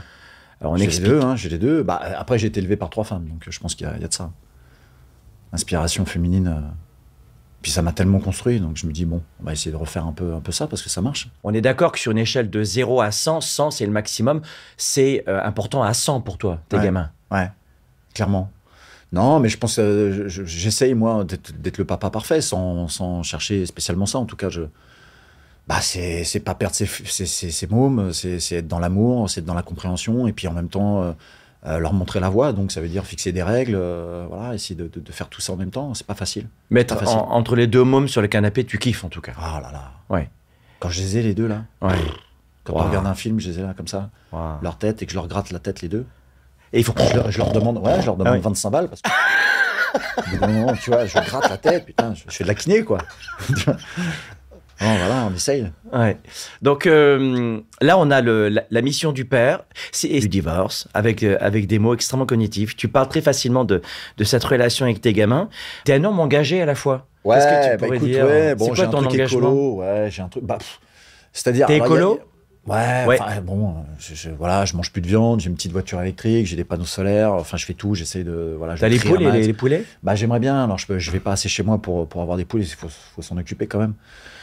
C: Alors on
A: j'ai
C: explique.
A: les deux, hein, j'ai les deux. Bah, après, j'ai été élevé par trois femmes, donc euh, je pense qu'il y, a- il y a de ça. Inspiration féminine. euh. Puis ça m'a tellement construit, donc je me dis, bon, on va essayer de refaire un peu, un peu ça parce que ça marche.
C: On est d'accord que sur une échelle de 0 à 100, 100 c'est le maximum, c'est euh, important à 100 pour toi, tes
A: Ouais.
C: gamins.
A: Ouais, clairement. Non, mais je pense, euh, je- je- j'essaye moi d'être d'être le papa parfait sans, sans chercher spécialement ça. En tout cas, je. Bah, c'est c'est pas perdre ses, f- ses, ses- ses mômes, c'est c'est être dans l'amour, c'est être dans la compréhension et puis en même temps euh, euh, leur montrer la voie. Donc ça veut dire fixer des règles, euh, voilà, essayer de, de- de faire tout ça en même temps, c'est pas facile.
C: Mettre
A: Pas facile.
C: en- entre les deux mômes sur le canapé, tu kiffes en tout cas.
A: Ah là là.
C: Ouais.
A: Quand je les ai les deux là,
C: Ouais.
A: quand
C: Wow.
A: on regarde un film, je les ai là comme ça,
C: Wow.
A: leur tête et que je leur gratte la tête les deux.
C: Et il faut
A: Je, leur- je leur demande, ouais, je leur demande
C: Ah oui.
A: 25 balles parce que. Au bout d'un moment, tu vois, je gratte la tête, putain, je, je fais de la kiné quoi. Tu vois. Bon, voilà, on essaye.
C: Ouais. Donc euh, là, on a le, la, la mission du père, c'est et du divorce, avec, euh, avec des mots extrêmement cognitifs. Tu parles très facilement de, de cette relation avec tes gamins. T'es un homme engagé à la fois.
A: Ouais,
C: Qu'est-ce que tu
A: bah,
C: pourrais
A: écoute,
C: dire
A: ouais,
C: C'est
A: bon,
C: quoi
A: j'ai un
C: ton
A: truc
C: engagement
A: écolo, ouais, j'ai un truc. Bah, pff, c'est-à-dire.
C: T'es
A: alors, il y a-
C: écolo
A: Ouais,
C: Ouais.
A: enfin, bon, je, je- voilà, je mange plus de viande, j'ai une petite voiture électrique, j'ai des panneaux solaires, enfin, je fais tout, j'essaye de. Voilà, je
C: T'as les
A: trie un
C: poules et
A: max.
C: les, les poulets
A: Bah, j'aimerais bien, alors je, peux, je vais pas assez chez moi pour, pour avoir des poules, il faut, faut s'en occuper quand même.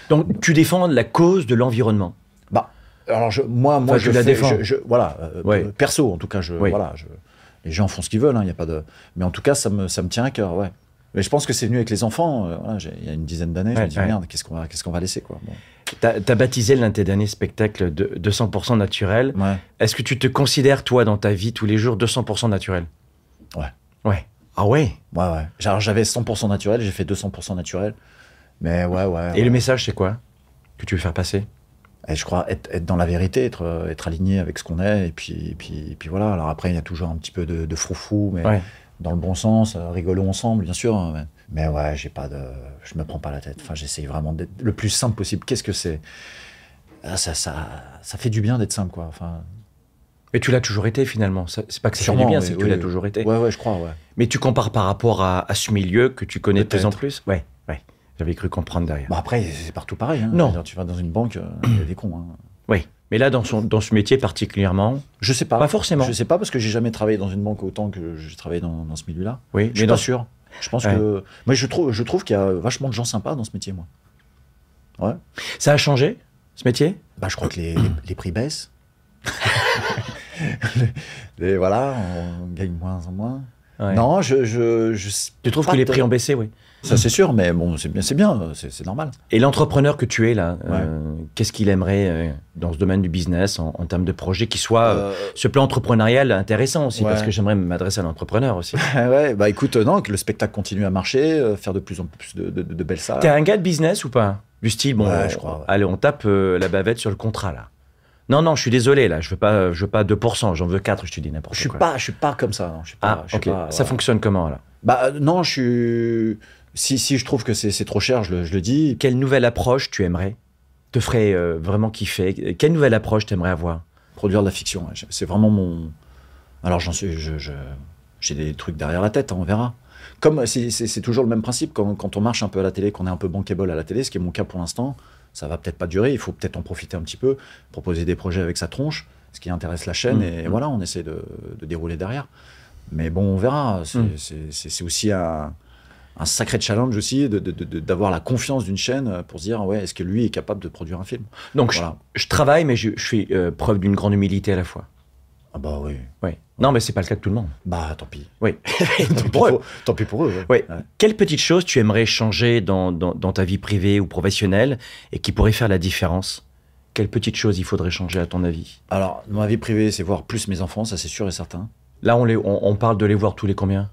C: Donc tu défends la cause de l'environnement.
A: Bah, alors je, moi, moi,
C: Enfin,
A: je
C: tu la
A: fais-
C: défends.
A: je- je- voilà, euh,
C: Ouais.
A: euh, perso, en tout cas, je,
C: Oui.
A: voilà, je- les gens font ce qu'ils veulent, il y a pas de. Mais en tout cas, ça me, ça me tient à cœur, ouais. Mais je pense que c'est venu avec les enfants, euh, voilà, j'ai- il y a une dizaine d'années, je
C: Ouais,
A: me dis
C: ouais.
A: merde, qu'est-ce qu'on va, qu'est-ce qu'on va laisser, quoi. Bon.
C: T'as as baptisé l'un de tes derniers spectacles de, de 100% naturel.
A: Ouais.
C: Est-ce que tu te considères, toi, dans ta vie tous les jours, 200% naturel
A: Ouais.
C: Ouais. Ah ouais
A: Ouais, ouais. Alors, j'avais 100% naturel, j'ai fait 200% naturel. Mais ouais, ouais.
C: Et
A: ouais.
C: le message, c'est quoi Que tu veux faire passer
A: Et je crois être, être dans la vérité, être, euh, être aligné avec ce qu'on est, et puis, et puis, et puis voilà. Alors après, il y a toujours un petit peu de, de froufrou, mais
C: Ouais.
A: dans le bon sens, euh, rigolons ensemble, bien sûr. hein, Mais, mais ouais, j'ai pas de, je me prends pas la tête. Enfin, j'essaye vraiment d'être le plus simple possible. Qu'est-ce que c'est Ah, ça, ça, ça fait du bien d'être simple, quoi. Enfin,
C: Mais tu l'as toujours été finalement. Ça- C'est pas que ça fait
A: Sûrement,
C: du bien,
A: oui,
C: c'est que
A: oui,
C: tu l'as
A: oui.
C: toujours été.
A: ouais, ouais, je crois, ouais.
C: Mais tu compares par rapport à, à ce milieu que tu connais de plus en
A: Peut-être.
C: plus Ouais, ouais. J'avais cru comprendre derrière.
A: Bon Bah, après, c'est partout pareil. hein.
C: Non.
A: Je veux dire, tu vas dans une banque, euh, il y a des cons. hein.
C: Oui. Mais là, dans, son, dans ce métier particulièrement,
A: Je sais pas.
C: Pas forcément.
A: Ah, Je sais pas parce que j'ai jamais travaillé dans une banque autant que j'ai travaillé dans, dans ce milieu-là.
C: oui,
A: Je
C: mais
A: suis
C: dans
A: pas sûr. Je pense
C: Ouais.
A: que. Moi, je trouve, je trouve qu'il y a vachement de gens sympas dans ce métier, moi. Ouais.
C: ça a changé ce métier
A: Bah, je crois que les, les- les prix baissent. Les- les- voilà, on gagne moins en moins.
C: Ouais.
A: Non, je, je, je sais
C: Tu trouves
A: pas
C: que les
A: te-
C: prix ont baissé, oui.
A: Ça, c'est sûr, mais bon, c'est bien, c'est bien, c'est c'est normal.
C: Et l'entrepreneur que tu es là, euh, qu'est-ce qu'il aimerait euh, dans ce domaine du business en, en termes de projet qui soit euh, ce plan entrepreneurial intéressant aussi
A: Ouais.
C: Parce que j'aimerais m'adresser à l'entrepreneur aussi.
A: Euh, ouais, bah écoute, euh, non, que le spectacle continue à marcher, euh, faire de plus en plus de, de- de- de belles salles.
C: T'es un gars de business ou pas Du style, bon,
A: Euh, Ouais,
C: euh,
A: je crois, ouais.
C: allez, on tape euh, la bavette sur le contrat là. Non, non, je suis désolé, là, je veux pas, euh, je veux pas 2%, j'en veux 4, je te dis n'importe
A: Je suis
C: quoi.
A: pas, je suis pas comme ça. non, je suis pas,
C: Ah,
A: je suis
C: ok.
A: pas,
C: Ça
A: voilà.
C: fonctionne comment, là
A: Bah euh, non, je suis. Si, si je trouve que c'est c'est trop cher, je le, je le dis.
C: Quelle nouvelle approche tu aimerais Te ferait euh, vraiment kiffer Quelle nouvelle approche t'aimerais avoir
A: Produire de la fiction, ouais, j'ai- c'est vraiment mon. Alors j'en suis, je, je- j'ai des trucs derrière la tête, hein, on verra. Comme c'est- c'est c'est toujours le même principe quand, quand on marche un peu à la télé, qu'on est un peu bankable à la télé, ce qui est mon cas pour l'instant, ça va peut-être pas durer. Il faut peut-être en profiter un petit peu, proposer des projets avec sa tronche, ce qui intéresse la chaîne,
C: Mm.
A: et
C: Mm.
A: voilà, on essaie de, de dérouler derrière. Mais bon, on verra. C'est
C: Mm.
A: c'est- c'est- c'est aussi un, un sacré challenge aussi de- de- de- de- d'avoir la confiance d'une chaîne pour se dire ouais, est-ce que lui est capable de produire un film
C: Donc, je-
A: Voilà.
C: je, travaille, mais je, je fais euh, preuve d'une grande humilité à la fois.
A: Ah bah oui.
C: Oui. Non, mais c'est pas le cas de tout le monde.
A: Bah tant pis.
C: Oui.
A: tant, pis
C: Pour eux.
A: pour, tant pis pour eux. ouais.
C: Ouais. Quelle petite chose tu aimerais changer dans, dans- dans ta vie privée ou professionnelle et qui pourrait faire la différence Quelle petite chose il faudrait changer à ton avis
A: Alors, dans ma vie privée, c'est voir plus mes enfants, ça c'est sûr et certain.
C: Là, on, les, on, on parle de les voir tous les combien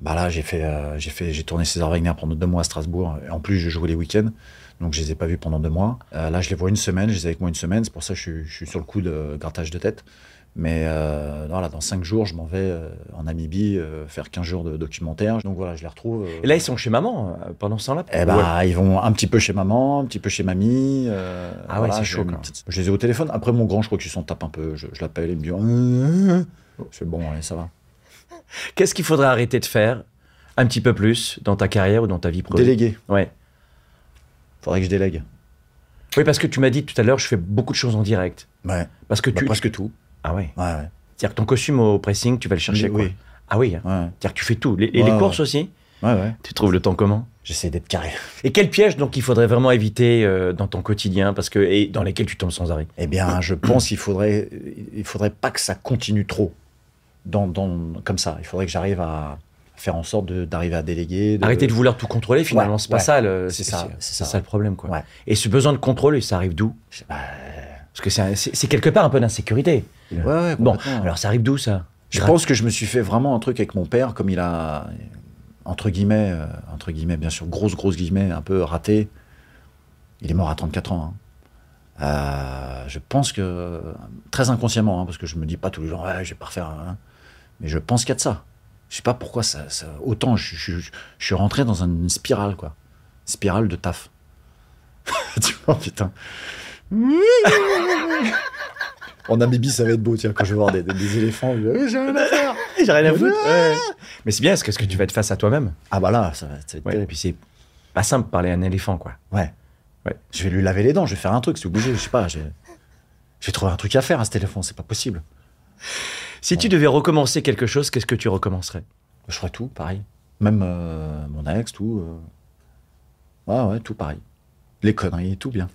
A: Bah là, j'ai fait, euh, j'ai fait, j'ai tourné César Wagner pendant deux mois à Strasbourg. Et en plus, je jouais les week-ends, donc je les ai pas vus pendant deux mois. Euh, là, je les vois une semaine, je les ai avec moi une semaine. C'est pour ça que je, suis- je suis sur le coup de grattage de tête. Mais euh, voilà, dans cinq jours, je m'en vais euh, en Namibie euh, faire 15 jours de documentaire. Donc voilà, je les retrouve. euh,
C: Et là, ils sont chez maman euh, pendant ce temps-là
A: Eh ben, ils vont un petit peu chez maman, un petit peu chez mamie. euh,
C: Ah ouais, c'est
A: je-
C: chaud, quand même.
A: Je les ai au téléphone. Après, mon grand, je crois qu'il s'en tape un peu. Je, je l'appelle, il me dit. Euh, Je fais, bon, allez, ça va.
C: Ouais. Qu'est-ce qu'il faudrait arrêter de faire un petit peu plus dans ta carrière ou dans ta vie privée
A: Déléguer.
C: Ouais.
A: Faudrait que je délègue.
C: Oui, parce que tu m'as dit tout à l'heure, je fais beaucoup de choses en direct.
A: Ouais.
C: Parce que
A: Bah,
C: tu.
A: presque tout.
C: Ah ouais.
A: Ouais, ouais.
C: C'est-à-dire que ton costume au pressing, tu vas le chercher quoi.
A: Oui.
C: Ah oui. hein.
A: Ouais,
C: C'est-à-dire que tu fais tout. Les, et les
A: Ouais,
C: courses aussi
A: ouais. ouais.
C: Tu trouves le temps comment
A: J'essaie d'être carré.
C: Et quel piège donc il faudrait vraiment éviter euh, dans ton quotidien parce que et dans lesquels tu tombes sans arrêt
A: Eh bien, je pense qu'il faudrait, il faudrait pas que ça continue trop, dans, dans- comme ça. Il faudrait que j'arrive à faire en sorte de- d'arriver à déléguer. de-
C: Arrêter de vouloir tout contrôler finalement,
A: Ouais,
C: c'est pas
A: ouais.
C: ça le
A: C'est ça, c'est ça.
C: c'est ça. le problème quoi.
A: Ouais.
C: Et ce besoin de contrôle, ça arrive d'où
A: Je sais pas.
C: Parce que c'est un- c'est c'est quelque part un peu d'insécurité.
A: Ouais, ouais,
C: Bon,
A: complètement.
C: alors ça arrive d'où ça
A: Je
C: Grave.
A: pense que je me suis fait vraiment un truc avec mon père, comme il a, entre guillemets, euh, entre guillemets, bien sûr, grosse, grosse guillemets, un peu raté. Il est mort à 34 ans. hein. Euh, je pense que, très inconsciemment, hein, parce que je me dis pas tous les jours, ouais, je vais pas refaire. un- un. mais je pense qu'il y a de ça. Je sais pas pourquoi ça. ça- autant, je, je- je- je suis rentré dans une spirale, quoi. Spirale de taf. tu vois, putain. En Namibie, ça va être beau, tiens, quand je vais voir des, des- des éléphants. je vais, Oui, j'ai rien à faire.
C: J'ai rien
A: à foutre.
C: Ah Mais c'est bien parce que, ce que tu vas être face à toi-même.
A: Ah bah là, ça va, ça va être
C: Ouais. Et
A: terrible.
C: puis c'est pas simple de parler à un éléphant quoi.
A: Ouais.
C: Ouais.
A: Je vais lui laver les dents, je vais faire un truc, c'est obligé, je sais pas. Je je vais trouver un truc à faire à ce téléphone, c'est pas possible.
C: Si tu devais recommencer quelque chose, qu'est-ce que tu recommencerais
A: Je ferai tout, pareil. Même euh, mon ex, tout. euh. Ouais, ouais, tout pareil. Les conneries, tout bien.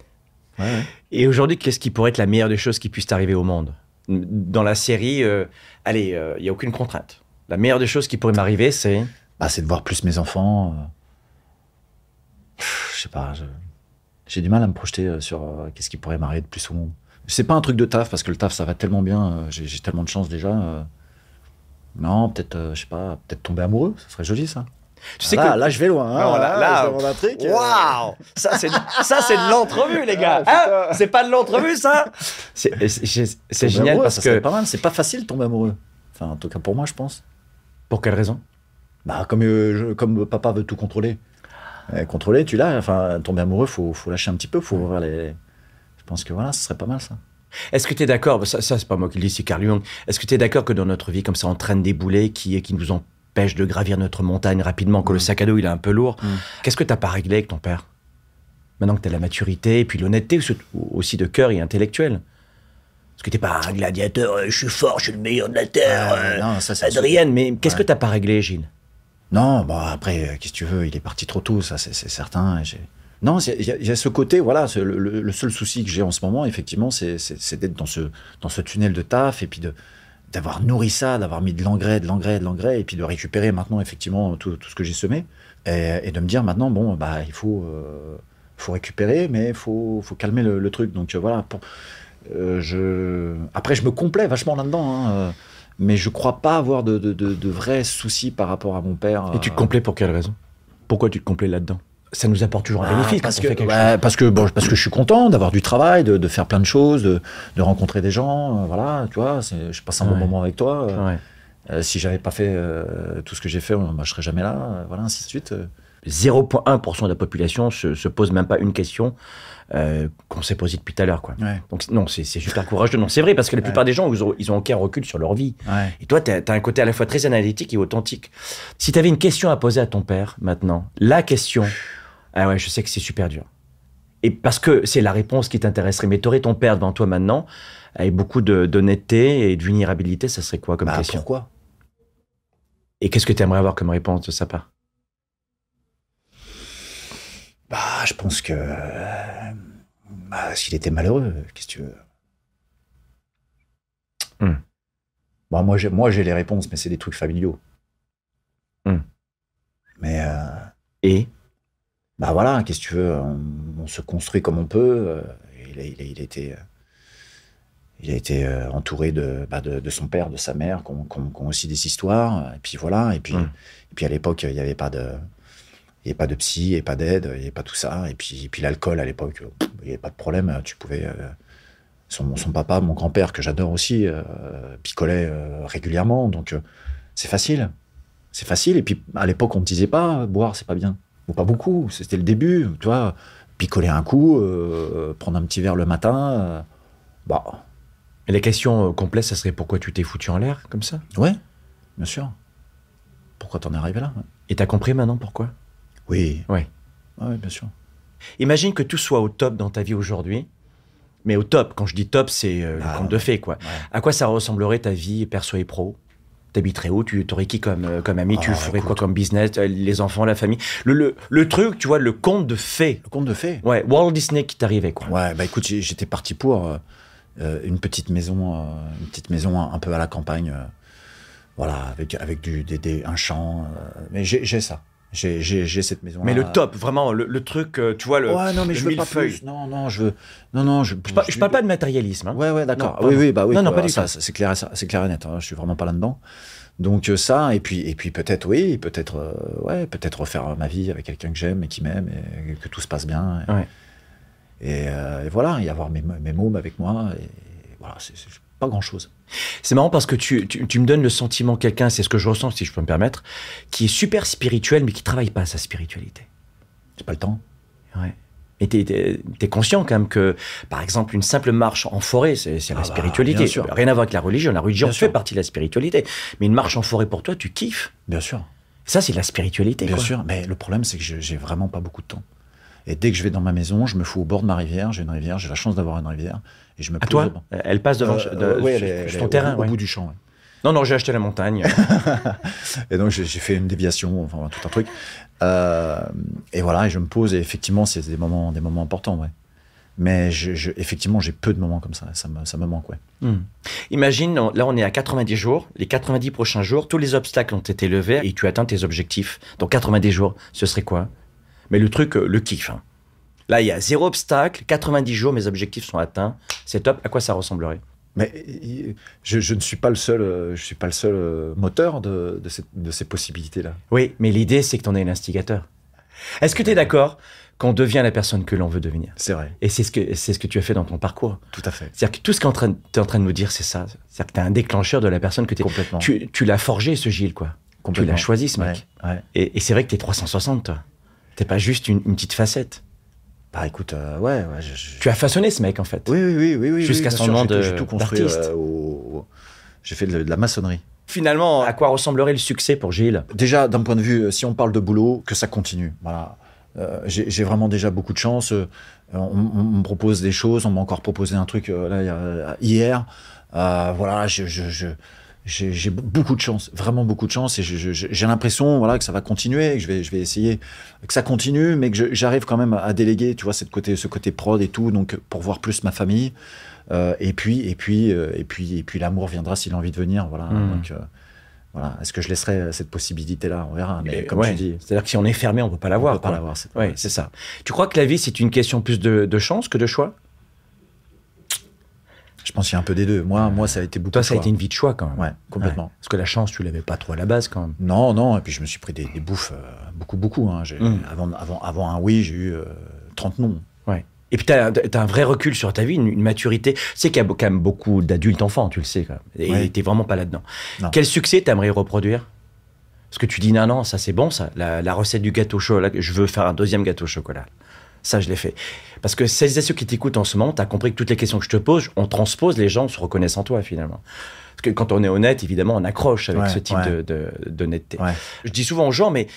A: Ouais, ouais.
C: Et aujourd'hui, qu'est-ce qui pourrait être la meilleure des choses qui puisse t'arriver au monde Dans la série, euh, allez, il n'y a aucune contrainte. La meilleure des choses qui pourrait m'arriver, c'est...
A: Bah, c'est de voir plus mes enfants. euh. Pff, Je sais pas, je- j'ai du mal à me projeter euh, sur euh, qu'est-ce qui pourrait m'arriver de plus au monde. C'est pas un truc de taf, parce que le taf, ça va tellement bien, euh, j'ai j'ai tellement de chance déjà. euh. Non, peut-être, euh, je sais pas, peut-être tomber amoureux, ça serait joli ça.
C: Tu sais
A: là,
C: que...
A: là, je vais loin. hein.
C: Non, là, là,
A: je demande un truc. euh.
C: Waouh Ça, c'est ça, c'est de l'entrevue, les gars
A: Ah,
C: Hein C'est pas de l'entrevue, ça C'est- C'est c'est
A: Tomber
C: génial
A: amoureux,
C: parce
A: ça serait
C: que...
A: pas mal. C'est pas facile de tomber amoureux. Enfin, en tout cas pour moi, je pense.
C: Pour quelle raison
A: Bah, comme, euh, je- comme papa veut tout contrôler. Euh, contrôler, tu l'as. Enfin, tomber amoureux, faut, faut lâcher un petit peu, faut ouvrir les. Je pense que voilà, ce serait pas mal ça.
C: Est-ce que tu es d'accord bah, Ça, ça c'est pas moi qui le dis, c'est Carl Jung. Est-ce que tu es d'accord que dans notre vie, comme ça, on traîne des boulets qui, qui nous empêchent de gravir notre montagne rapidement, que le
A: Mm.
C: sac à dos, il est un peu lourd
A: Mm.
C: Qu'est-ce que tu pas réglé avec ton père Maintenant que tu as la maturité et puis l'honnêteté surtout- aussi de cœur et intellectuelle. Parce que t'es pas un gladiateur, euh, je suis fort, je suis le meilleur de la Terre.
A: Euh,
C: euh,
A: non, ça, c'est
C: Adrien, mais qu'est-ce que
A: Ouais.
C: t'as pas réglé, Gilles
A: Non, bon, après, euh, qu'est-ce que tu veux Il est parti trop tôt, ça, c'est c'est certain. et j'ai- Non, c'est- il y, a- il y a ce côté, voilà, c'est le, le- le seul souci que j'ai en ce moment, effectivement, c'est c'est- c'est d'être dans ce, dans ce tunnel de taf et puis de d'avoir nourri ça, d'avoir mis de l'engrais, de l'engrais, de l'engrais, et puis de récupérer maintenant, effectivement, tout, tout ce que j'ai semé, et, et de me dire maintenant, bon, bah, il faut, euh, faut récupérer, mais il faut, faut calmer le, le truc. Donc euh, voilà, pour, euh, je... après, je me complais vachement là-dedans. hein, euh, mais je crois pas avoir de, de, de- de vrais soucis par rapport à mon père.
C: Et tu
A: euh,
C: te complais pour quelle raison Pourquoi tu te complais là-dedans ça nous apporte toujours un
A: Ah,
C: bénéfice
A: parce
C: quand
A: que,
C: on fait quelque
A: ouais, parce que bon, parce que je suis content d'avoir du travail, de, de faire plein de choses, de, de rencontrer des gens, euh, voilà, tu vois, c'est- je passe un bon
C: Ouais.
A: moment avec toi.
C: chose.
A: euh,
C: Ouais.
A: euh, si j'avais pas fait euh, tout ce que j'ai fait, moi, je serais jamais là, euh, voilà, ainsi de suite. euh.
C: 0,1% de la population se, se pose même pas une question euh, qu'on s'est posée depuis tout à l'heure. Quoi.
A: Ouais,
C: Donc non, c'est, c'est super courageux. Non, c'est vrai, parce que la plupart des gens, ils ont, ils ont aucun recul sur leur vie.
A: ouais.
C: Et toi, tu as un côté à la fois très analytique et authentique. Si tu avais une question à poser à ton père maintenant, la question, ah ouais, je sais que c'est super dur. Et parce que c'est la réponse qui t'intéresserait. Mais t'aurais ton père devant toi maintenant, avec beaucoup de, d'honnêteté et de vulnérabilité, ça serait quoi comme
A: Bah,
C: question
A: pourquoi
C: Et qu'est-ce que tu aimerais avoir comme réponse de sa part
A: Bah, je pense que euh, bah, s'il était malheureux, qu'est-ce que tu veux
C: Hmm.
A: Bah, moi, j'ai, moi, j'ai les réponses, mais c'est des trucs familiaux.
C: Hmm.
A: Mais euh,
C: Et
A: bah voilà, qu'est-ce que tu veux on, on se construit comme on peut. euh, Il a, il a- il a été, euh, il a été euh, entouré de, bah, de, de son père, de sa mère, qui ont, qui ont- qui ont aussi des histoires. euh, Et puis voilà. Et puis,
C: Mm.
A: et puis à l'époque, il n'y avait pas de, il y avait pas de psy, il n'y avait pas d'aide, il n'y avait pas tout ça. Et puis, et puis l'alcool à l'époque, euh, il n'y avait pas de problème. Tu pouvais. euh, son, son papa, mon grand-père, que j'adore aussi, euh, picolait euh, régulièrement. Donc euh, c'est facile. C'est facile. Et puis à l'époque, on ne disait pas euh, boire, c'est pas bien. Ou pas beaucoup. C'était le début. Tu vois, picoler un coup, euh, prendre un petit verre le matin. euh, bah
C: Et la question euh, complète, ça serait pourquoi tu t'es foutu en l'air comme ça
A: ouais, bien sûr. Pourquoi t'en es arrivé là
C: Et t'as compris maintenant pourquoi
A: Oui.
C: Ouais.
A: Oui, bien sûr.
C: Imagine que tout soit au top dans ta vie aujourd'hui, mais au top, quand je dis top, c'est euh,
A: Ah,
C: le conte de fées, quoi. À quoi ça ressemblerait ta vie perso et pro T'habiterais où Tu t'aurais qui comme, euh, comme ami Tu
A: Ah,
C: ferais quoi
A: écoute.
C: comme business Euh, Les enfants, la famille le, le, le truc, tu vois, le conte de fées.
A: Le conte de fées.
C: Ouais, Walt Disney qui t'arrivait, quoi.
A: Ouais, bah écoute, j'ai- j'étais parti pour euh, euh, une petite maison, euh, une petite maison un, un peu à la campagne, euh, voilà, avec avec du des, des- un champ. euh, mais j'ai j'ai ça, j'ai j'ai j'ai cette maison.
C: Mais le top, vraiment, le, le truc, euh, tu vois, le.
A: Ouais, non mais
C: le
A: je veux pas
C: millefeuille.
A: plus. Non, non, je veux. Non, non, je.
C: Je, par- je parle pas de matérialisme. hein.
A: Ouais, ouais, d'accord.
C: Non,
A: oui,
C: pardon.
A: oui, bah oui.
C: Non, non,
A: quoi,
C: pas du
A: ça,
C: tout.
A: ça, c'est clair, et ça- c'est clair et net. hein, je suis vraiment pas là-dedans. Donc euh, ça, et puis, et puis peut-être, oui, peut-être, euh, ouais, peut-être refaire euh, ma vie avec quelqu'un que j'aime et qui m'aime et que tout se passe bien. Et,
C: Ouais.
A: et, euh, et voilà, et avoir mes, mes mômes avec moi. Et, voilà, c'est c'est pas grand-chose.
C: C'est marrant parce que tu, tu, tu me donnes le sentiment, quelqu'un, c'est ce que je ressens, si je peux me permettre, qui est super spirituel, mais qui travaille pas sa spiritualité.
A: J'ai pas le temps.
C: Ouais. Et t'es, t'es- t'es conscient quand même que, par exemple, une simple marche en forêt, c'est, c'est la
A: Ah bah,
C: spiritualité.
A: bien sûr.
C: Rien à voir avec la religion. La religion
A: Bien
C: fait
A: sûr.
C: partie de la spiritualité. Mais une marche en forêt pour toi, tu kiffes.
A: Bien sûr,
C: Ça, c'est de la spiritualité.
A: bien
C: quoi.
A: sûr. Mais le problème, c'est que je- j'ai vraiment pas beaucoup de temps. Et dès que je vais dans ma maison, je me fous au bord de ma rivière. J'ai une rivière, j'ai la chance d'avoir une rivière, et je me
C: À
A: pose au
C: toi,
A: bord.
C: elle passe devant
A: Euh,
C: de-
A: ouais,
C: sur-
A: elle est-
C: sur
A: elle est
C: ton
A: au
C: terrain.
A: bout- au
C: ouais.
A: bout du champ. ouais.
C: Non, non, j'ai acheté la montagne.
A: Et donc j'ai j'ai fait une déviation, enfin tout un truc. Euh, et voilà, et je me pose, et effectivement, c'est des moments, des moments importants, ouais. Mais je, je- effectivement, j'ai peu de moments comme ça, ça me, ça me manque, ouais.
C: Hmm. Imagine, on- là, on est à 90 jours. Les 90 prochains jours, tous les obstacles ont été levés et tu atteins tes objectifs. Dans 90 jours, ce serait quoi Mais le truc, euh, le kiff. hein. Là, il y a zéro obstacle. 90 jours, mes objectifs sont atteints. C'est top. À quoi ça ressemblerait
A: Mais euh, je, je ne suis pas le seul, euh, je suis pas le seul euh, moteur de, de, cette- de ces possibilités-là.
C: Oui, mais l'idée, c'est que t'en es l'instigateur. Est-ce que tu es d'accord qu'on devient la personne que l'on veut devenir
A: C'est vrai,
C: Et c'est ce, que, c'est ce que tu as fait dans ton parcours.
A: tout à fait,
C: C'est-à-dire que tout ce que tu es en train de nous dire, c'est ça. C'est-à-dire que tu es un déclencheur de la personne que t'es.
A: complètement.
C: tu Tu l'as forgé, ce Gilles, quoi. Tu
A: complètement.
C: l'as choisi, ce mec.
A: Ouais, ouais.
C: Et, et c'est vrai que tu es 360, toi. T'es pas juste une, une petite facette.
A: Bah écoute, euh, ouais, ouais, je- je-
C: Tu as façonné ce mec, en fait.
A: oui, oui, oui, oui, oui, oui,
C: Jusqu'à
A: bien
C: son
A: sûr,
C: nom
A: j'ai tout-
C: de-
A: j'ai tout construit.
C: d'artiste.
A: euh, au- au- j'ai fait de- de la maçonnerie.
C: Finalement, à quoi ressemblerait le succès pour Gilles
A: déjà d'un point de vue, euh, si on parle de boulot, que ça continue. Voilà. Euh, J'ai j'ai vraiment déjà beaucoup de chance. Euh, on, on me propose des choses. On m'a encore proposé un truc euh, là, il y a- hier. Euh, voilà, je- je- je- j'ai j'ai beaucoup de chance, vraiment beaucoup de chance, et je- je- je- j'ai l'impression voilà que ça va continuer, que je vais, je vais essayer que ça continue, mais que je- j'arrive quand même à déléguer, tu vois, cette côté, ce côté prod et tout, donc pour voir plus ma famille, Euh, et puis, et puis, euh, et puis, et puis l'amour viendra s'il a envie de venir, voilà.
C: Mm.
A: Donc, euh, voilà. Est-ce que je laisserai euh, cette possibilité-là On verra. Mais, comme
C: Ouais.
A: tu dis,
C: C'est-à-dire que si on est fermé, on peut pas
A: on
C: l'avoir.
A: peut pas
C: quoi.
A: l'avoir. cette-
C: Ouais, c'est ça. Tu crois que la vie, c'est une question plus de, de chance que de choix
A: Je pense qu'il y a un peu des deux. Moi, moi ça a été beaucoup
C: Toi,
A: de
C: ça a
A: choix.
C: été une vie de choix quand même.
A: Ouais, complètement.
C: Parce que la chance, tu l'avais pas trop à la base quand même.
A: Non, non, et puis je me suis pris des, des bouffes, euh, beaucoup, beaucoup. hein. J'ai-
C: Mm.
A: Avant, avant, avant un oui, j'ai eu euh, 30 noms.
C: Ouais. Et puis, tu as, un vrai recul sur ta vie, une, une maturité. Tu sais qu'il y a be- quand même beaucoup d'adultes enfants, tu le sais. Quand même. Et
A: Ouais.
C: t'es vraiment pas là-dedans.
A: Non.
C: Quel succès t'aimerais reproduire Parce que tu dis, non, non, ça c'est bon, ça. La, la recette du gâteau au chocolat, je veux faire un deuxième gâteau au chocolat. Ça, je l'ai fait. Parce que celles et ceux qui t'écoutent en ce moment, t'as compris que toutes les questions que je te pose, on transpose, les gens se reconnaissent en toi finalement. Parce que quand on est honnête, évidemment, on accroche avec
A: Ouais,
C: ce type
A: ouais.
C: de- de- d'honnêteté.
A: Ouais.
C: Je dis souvent aux gens, mais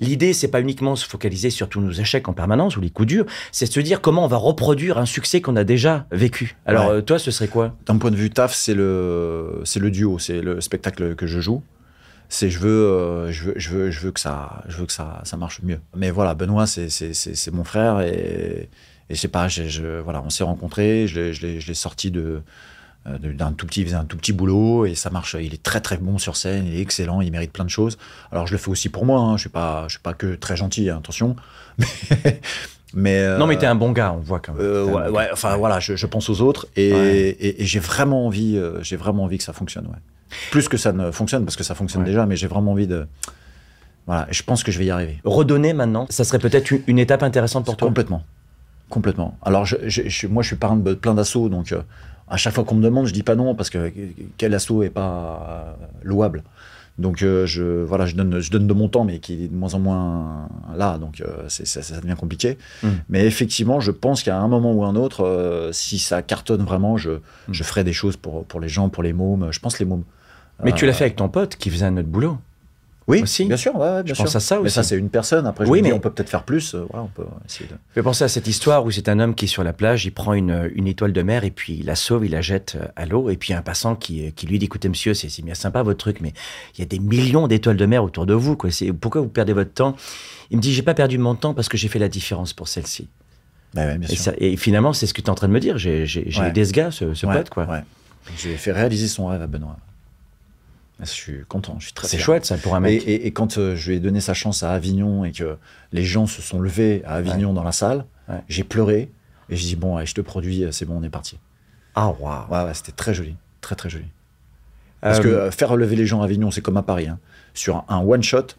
C: l'idée, c'est pas uniquement se focaliser sur tous nos échecs en permanence ou les coups durs, c'est de se dire comment on va reproduire un succès qu'on a déjà vécu. Alors,
A: Ouais.
C: euh, toi, ce serait quoi
A: D'un point de vue taf, c'est le, c'est le duo, c'est le spectacle que je joue. C'est je veux, euh, je veux, je veux, je veux que ça, je veux que ça, ça marche mieux. Mais voilà, Benoît, c'est, c'est, c'est, c'est mon frère et, et je sais pas, je, je- voilà, on s'est rencontrés, je l'ai, je l'ai, je l'ai sorti de, euh, de- d'un tout petit, il faisait un tout petit boulot et ça marche. Il est très très bon sur scène, il est excellent, il mérite plein de choses. Alors je le fais aussi pour moi, hein, je suis pas, je suis pas que très gentil, hein, attention. Mais, mais euh,
C: Non, mais t'es un bon gars, on voit quand même.
A: euh,
C: T'es un
A: ouais,
C: bon
A: ouais,
C: gars.
A: enfin voilà, je, je pense aux autres et,
C: Ouais.
A: et- et j'ai vraiment envie, euh, j'ai vraiment envie que ça fonctionne. ouais. Plus que ça ne fonctionne parce que ça fonctionne
C: Ouais.
A: déjà, mais j'ai vraiment envie de. Voilà, et je pense que je vais y arriver.
C: Redonner maintenant, ça serait peut-être une, une étape intéressante pour toi.
A: Complètement, complètement. Alors je, je- je- moi, je suis parrain de plein d'assauts, donc euh, à chaque fois qu'on me demande, je dis pas non parce que euh, quel assaut est pas euh, louable. Donc euh, je voilà, je donne, je donne de mon temps, mais qui est de moins en moins là, donc euh, c'est- ça, ça devient compliqué.
C: Mm.
A: Mais effectivement, je pense qu'à un moment ou un autre, euh, si ça cartonne vraiment, je, je ferai des choses pour, pour les gens, pour les mômes. Je pense les mômes.
C: Mais tu
A: Euh,
C: l'as fait avec ton pote qui faisait un autre boulot.
A: Oui,
C: aussi.
A: bien sûr, ouais, ouais, bien
C: Je
A: sûr. Ah
C: pense à ça
A: Mais
C: aussi.
A: ça, c'est une personne. Après, je
C: Oui,
A: me dis,
C: mais-
A: on peut peut-être faire plus. Euh, voilà, on peut essayer de.
C: Je penser à cette histoire où c'est un homme qui est sur la plage, il prend une, une étoile de mer et puis il la sauve, il la jette euh, à l'eau. Et puis il y a un passant qui, euh, qui lui dit Écoutez, monsieur, c'est c'est bien sympa votre truc, mais il y a des millions d'étoiles de mer autour de vous. Quoi. C'est- Pourquoi vous perdez votre temps Il me dit J'ai pas perdu mon temps parce que j'ai fait la différence pour celle-ci.
A: Bah ouais, bien
C: Et,
A: sûr.
C: ça- et finalement, c'est ce que tu es en train de me dire. J'ai j'ai- j'ai
A: Ouais.
C: aidé ce gars, ce, ce
A: Ouais,
C: pote. quoi.
A: ouais. J'ai fait réaliser son rêve à Benoît. Ah, Je suis content, je suis très
C: C'est
A: fier.
C: chouette ça pour un mec.
A: Et, et- et quand euh, je lui ai donné sa chance à Avignon et que les gens se sont levés à Avignon dans la salle,
C: Ouais.
A: j'ai pleuré et je dis bon, allez, je te produis, euh, c'est bon, on est parti.
C: Ah, waouh
A: Ouais, ouais, c'était très joli, très très joli. Parce
C: Euh,
A: que euh, faire relever les gens à Avignon, c'est comme à Paris. hein. Sur un, one shot,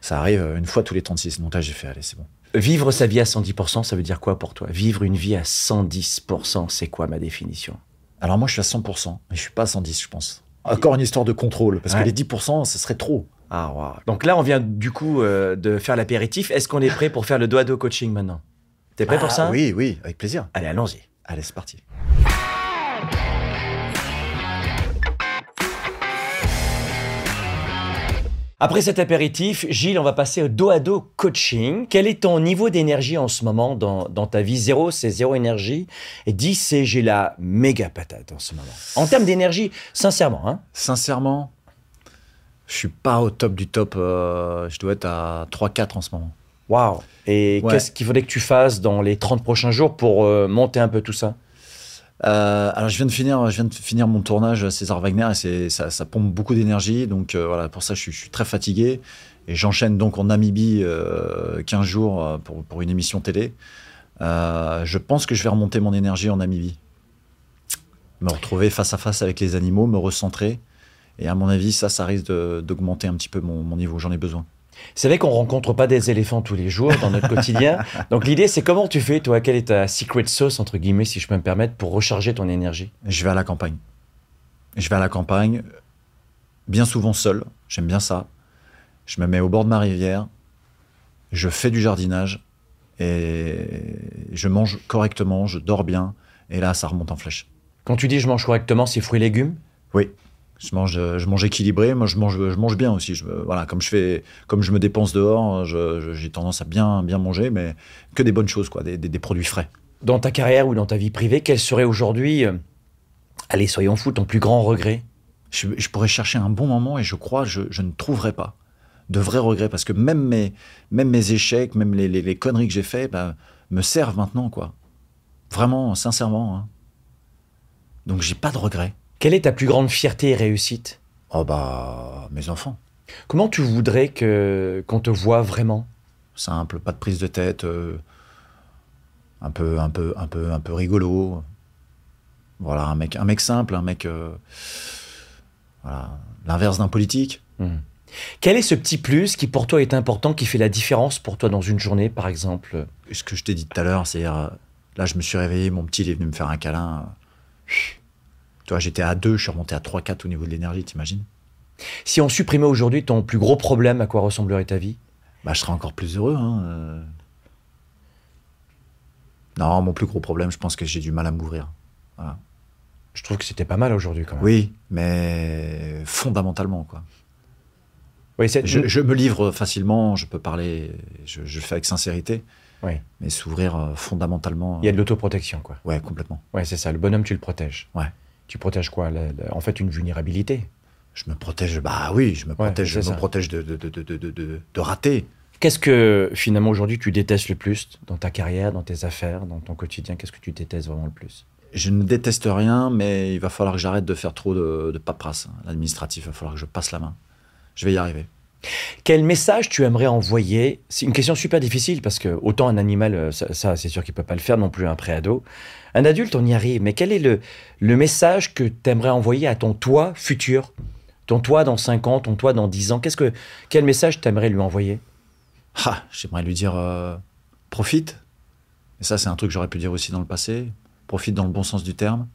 A: ça arrive euh, une fois tous les 36. Donc là, j'ai fait allez, c'est bon.
C: Vivre sa vie à 110%, ça veut dire quoi pour toi Vivre une vie à 110%, c'est quoi ma définition
A: Alors moi, je suis à 100%, mais je suis pas à 110, je pense. Encore une histoire de contrôle, parce
C: Ouais.
A: que les 10%, ce serait trop.
C: Ah, waouh. Donc là, on vient du coup euh, de faire l'apéritif. Est-ce qu'on est prêt pour faire le doigt dos coaching maintenant T'es prêt pour
A: Ah,
C: ça
A: Oui, oui, avec plaisir.
C: Allez, allons-y.
A: Allez, c'est parti.
C: Après cet apéritif, Gilles, on va passer au dos à dos coaching. Quel est ton niveau d'énergie en ce moment dans, dans ta vie 0, c'est zéro énergie. Et 10, c'est j'ai la méga patate en ce moment. En termes d'énergie, sincèrement. Hein
A: Sincèrement, je suis pas au top du top. euh, je dois être à 3-4 en ce moment.
C: Waouh Et
A: Ouais.
C: qu'est-ce qu'il faudrait que tu fasses dans les 30 prochains jours pour euh, monter un peu tout ça
A: Euh, alors, je viens de finir, je viens de finir mon tournage à César Wagner et c'est, ça, ça pompe beaucoup d'énergie. Donc, euh, voilà, pour ça, je suis, je suis très fatigué. Et j'enchaîne donc en Namibie euh, 15 jours euh, pour, pour une émission télé. Euh, je pense que je vais remonter mon énergie en Namibie. Me retrouver face à face avec les animaux, me recentrer. Et à mon avis, ça, ça risque de- d'augmenter un petit peu mon- mon niveau. J'en ai besoin.
C: C'est vrai qu'on rencontre pas des éléphants tous les jours dans notre quotidien. Donc l'idée, c'est comment tu fais, toi Quelle est ta secret sauce, entre guillemets, si je peux me permettre, pour recharger ton énergie
A: Je vais à la campagne. Je vais à la campagne, bien souvent seul. J'aime bien ça. Je me mets au bord de ma rivière. Je fais du jardinage et je mange correctement. Je dors bien. Et là, ça remonte en flèche.
C: Quand tu dis je mange correctement, c'est fruits et légumes
A: Oui. Je mange, euh, je mange équilibré. Moi, je mange, je mange bien aussi. Je, me- voilà, comme je fais, comme je me dépense dehors, je- je- j'ai tendance à bien, bien manger, mais que des bonnes choses, quoi, des- des- des produits frais.
C: Dans ta carrière ou dans ta vie privée, quel serait aujourd'hui, euh, allez, soyons fous, ton plus grand regret
A: je, je pourrais chercher un bon moment et je crois je, je ne trouverai pas de vrais regrets parce que même mes, même mes échecs, même les, les- les conneries que j'ai fait bah, me servent maintenant quoi. Vraiment, sincèrement. hein. Donc j'ai pas de regrets.
C: Quelle est ta plus grande fierté et réussite
A: Oh bah mes enfants,
C: Comment tu voudrais que qu'on te voit vraiment
A: simple, pas de prise de tête, euh, un peu un peu un peu un peu rigolo. Voilà, un mec, un mec simple, un mec. euh, voilà, l'inverse d'un politique.
C: Hmm. Quel est ce petit plus qui pour toi est important, qui fait la différence pour toi dans une journée, par exemple
A: Ce que je t'ai dit tout à l'heure, c'est euh, là, je me suis réveillé, mon petit, il est venu me faire un câlin. Tu vois, j'étais à 2, je suis remonté à 3-4 au niveau de l'énergie, t'imagines
C: Si on supprimait aujourd'hui ton plus gros problème, à quoi ressemblerait ta vie
A: Bah, je serais encore plus heureux. hein, euh. Non, mon plus gros problème, je pense que j'ai du mal à m'ouvrir.
C: Je trouve que c'était pas mal aujourd'hui quand même.
A: Oui, mais fondamentalement, quoi.
C: Oui, c'est-
A: Je, je me livre facilement, je peux parler, je, je fais avec sincérité.
C: Oui.
A: Mais s'ouvrir euh, fondamentalement. euh,
C: Il y a de l'autoprotection, quoi.
A: Ouais, complètement.
C: Ouais, c'est ça. Le bonhomme, tu le protèges.
A: Ouais.
C: Tu protèges quoi la- la- En fait, une vulnérabilité.
A: Je me protège, bah oui, je me protège, je
C: c'est
A: me
C: ça.
A: protège de, de, de, de, de, de- de rater.
C: Qu'est-ce que finalement aujourd'hui tu détestes le plus dans ta carrière, dans tes affaires, dans ton quotidien Qu'est-ce que tu détestes vraiment le plus
A: Je ne déteste rien, mais il va falloir que j'arrête de faire trop de, de paperasse. hein. L'administratif, il va falloir que je passe la main. Je vais y arriver.
C: Quel message tu aimerais envoyer C'est une question super difficile parce que autant un animal, euh, ça, ça, c'est sûr qu'il peut pas le faire non plus un préado. Un adulte, on y arrive. Mais quel est le, le message que tu aimerais envoyer à ton toi futur Ton toi dans 5 ans, ton toi dans 10 ans Qu'est-ce que Quel message tu aimerais lui envoyer
A: Ah, j'aimerais lui dire euh, profite. Et ça, c'est un truc que j'aurais pu dire aussi dans le passé. Profite dans le bon sens du terme.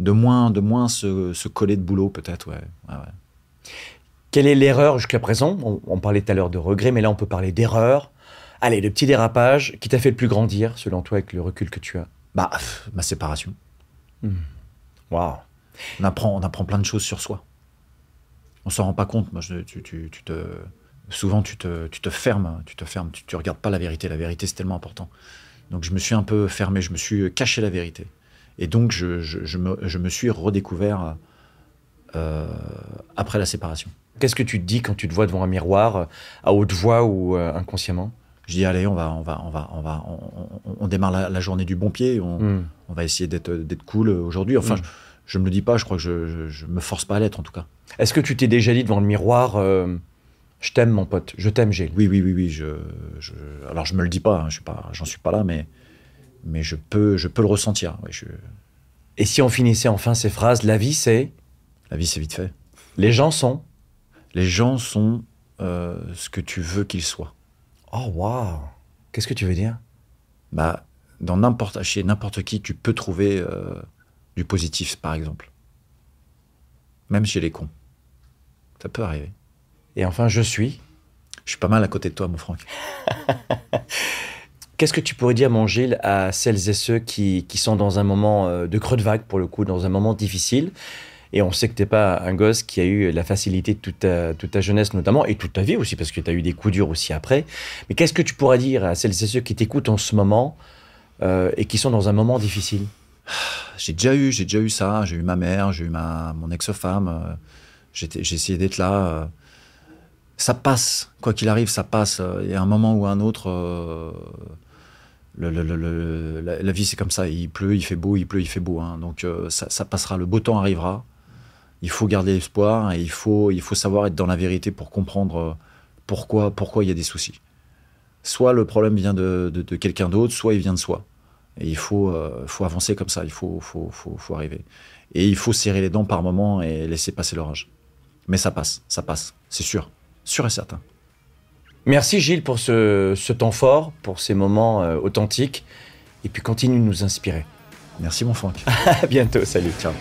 A: De moins, de moins se, se coller de boulot, peut-être, ouais. Ouais, ouais.
C: Quelle est l'erreur jusqu'à présent on, on parlait tout à l'heure de regret, mais là on peut parler d'erreur. Allez, le petit dérapage qui t'a fait le plus grandir, selon toi, avec le recul que tu as.
A: Bah, pff, ma séparation.
C: Waouh
A: On apprend, on apprend plein de choses sur soi. On s'en rend pas compte. Moi, je- tu, tu- tu te, souvent, tu te, tu te fermes, tu te fermes, tu, tu regardes pas la vérité. La vérité, c'est tellement important. Donc, je me suis un peu fermé, je me suis caché la vérité. Et donc, je, je- je me, je me suis redécouvert euh, après la séparation.
C: Qu'est-ce que tu te dis quand tu te vois devant un miroir, euh, à haute voix ou euh, inconsciemment
A: Je dis, allez, on va, on va, on va, on va, on, on- on démarre la, la journée du bon pied. On,
C: Hmm.
A: on va essayer d'être, d'être cool euh, aujourd'hui. Enfin,
C: Mm.
A: je, je me le dis pas. Je crois que je, je, je me force pas à l'être en tout cas.
C: Est-ce que tu t'es déjà dit devant le miroir euh, Je t'aime, mon pote, je t'aime, Gilles
A: Oui, oui, oui, oui. Je, je, alors je me le dis pas, hein, je suis pas, j'en suis pas là, mais mais je peux, je peux le ressentir. ouais, je-
C: Et si on finissait enfin ces phrases La vie, c'est.
A: la vie, c'est vite fait.
C: Les gens sont.
A: Les gens sont euh, ce que tu veux qu'ils soient.
C: Oh, waouh Qu'est-ce que tu veux dire
A: Bah, dans n'importe chez n'importe qui, tu peux trouver euh, du positif, par exemple. Même chez les cons, ça peut arriver.
C: Et enfin, je suis.
A: Je suis pas mal à côté de toi, mon Franck.
C: Qu'est-ce que tu pourrais dire, mon Gilles, à celles et ceux qui, qui sont dans un moment euh, de creux de vague, pour le coup, dans un moment difficile et on sait que t'es pas un gosse qui a eu la facilité de toute ta, toute ta jeunesse notamment, et toute ta vie aussi, parce que tu as eu des coups durs aussi après. Mais qu'est-ce que tu pourrais dire à celles et ceux qui t'écoutent en ce moment euh, et qui sont dans un moment difficile
A: J'ai déjà eu, j'ai déjà eu ça. J'ai eu ma mère, j'ai eu ma mon ex-femme. euh, j'étais- j'ai essayé d'être là. euh. ça passe, quoi qu'il arrive, ça passe. euh, Il y a un moment ou un autre, euh, le- le- le- le- la, la vie c'est comme ça. Il pleut, il fait beau, il pleut, il fait beau. hein. Donc euh, ça, ça passera. Le beau temps arrivera. Il faut garder espoir et il faut il faut savoir être dans la vérité pour comprendre euh, pourquoi pourquoi il y a des soucis. Soit le problème vient de, de- de quelqu'un d'autre, soit il vient de soi. Et il faut, euh, faut avancer comme ça, il faut, faut, faut, faut arriver. Et il faut serrer les dents par moments et laisser passer l'orage. Mais ça passe, ça passe, c'est sûr, sûr et certain.
C: Merci Gilles pour ce, ce temps fort, pour ces moments euh, authentiques, et puis continue de nous inspirer.
A: Merci mon Franck.
C: À bientôt, salut. Ciao.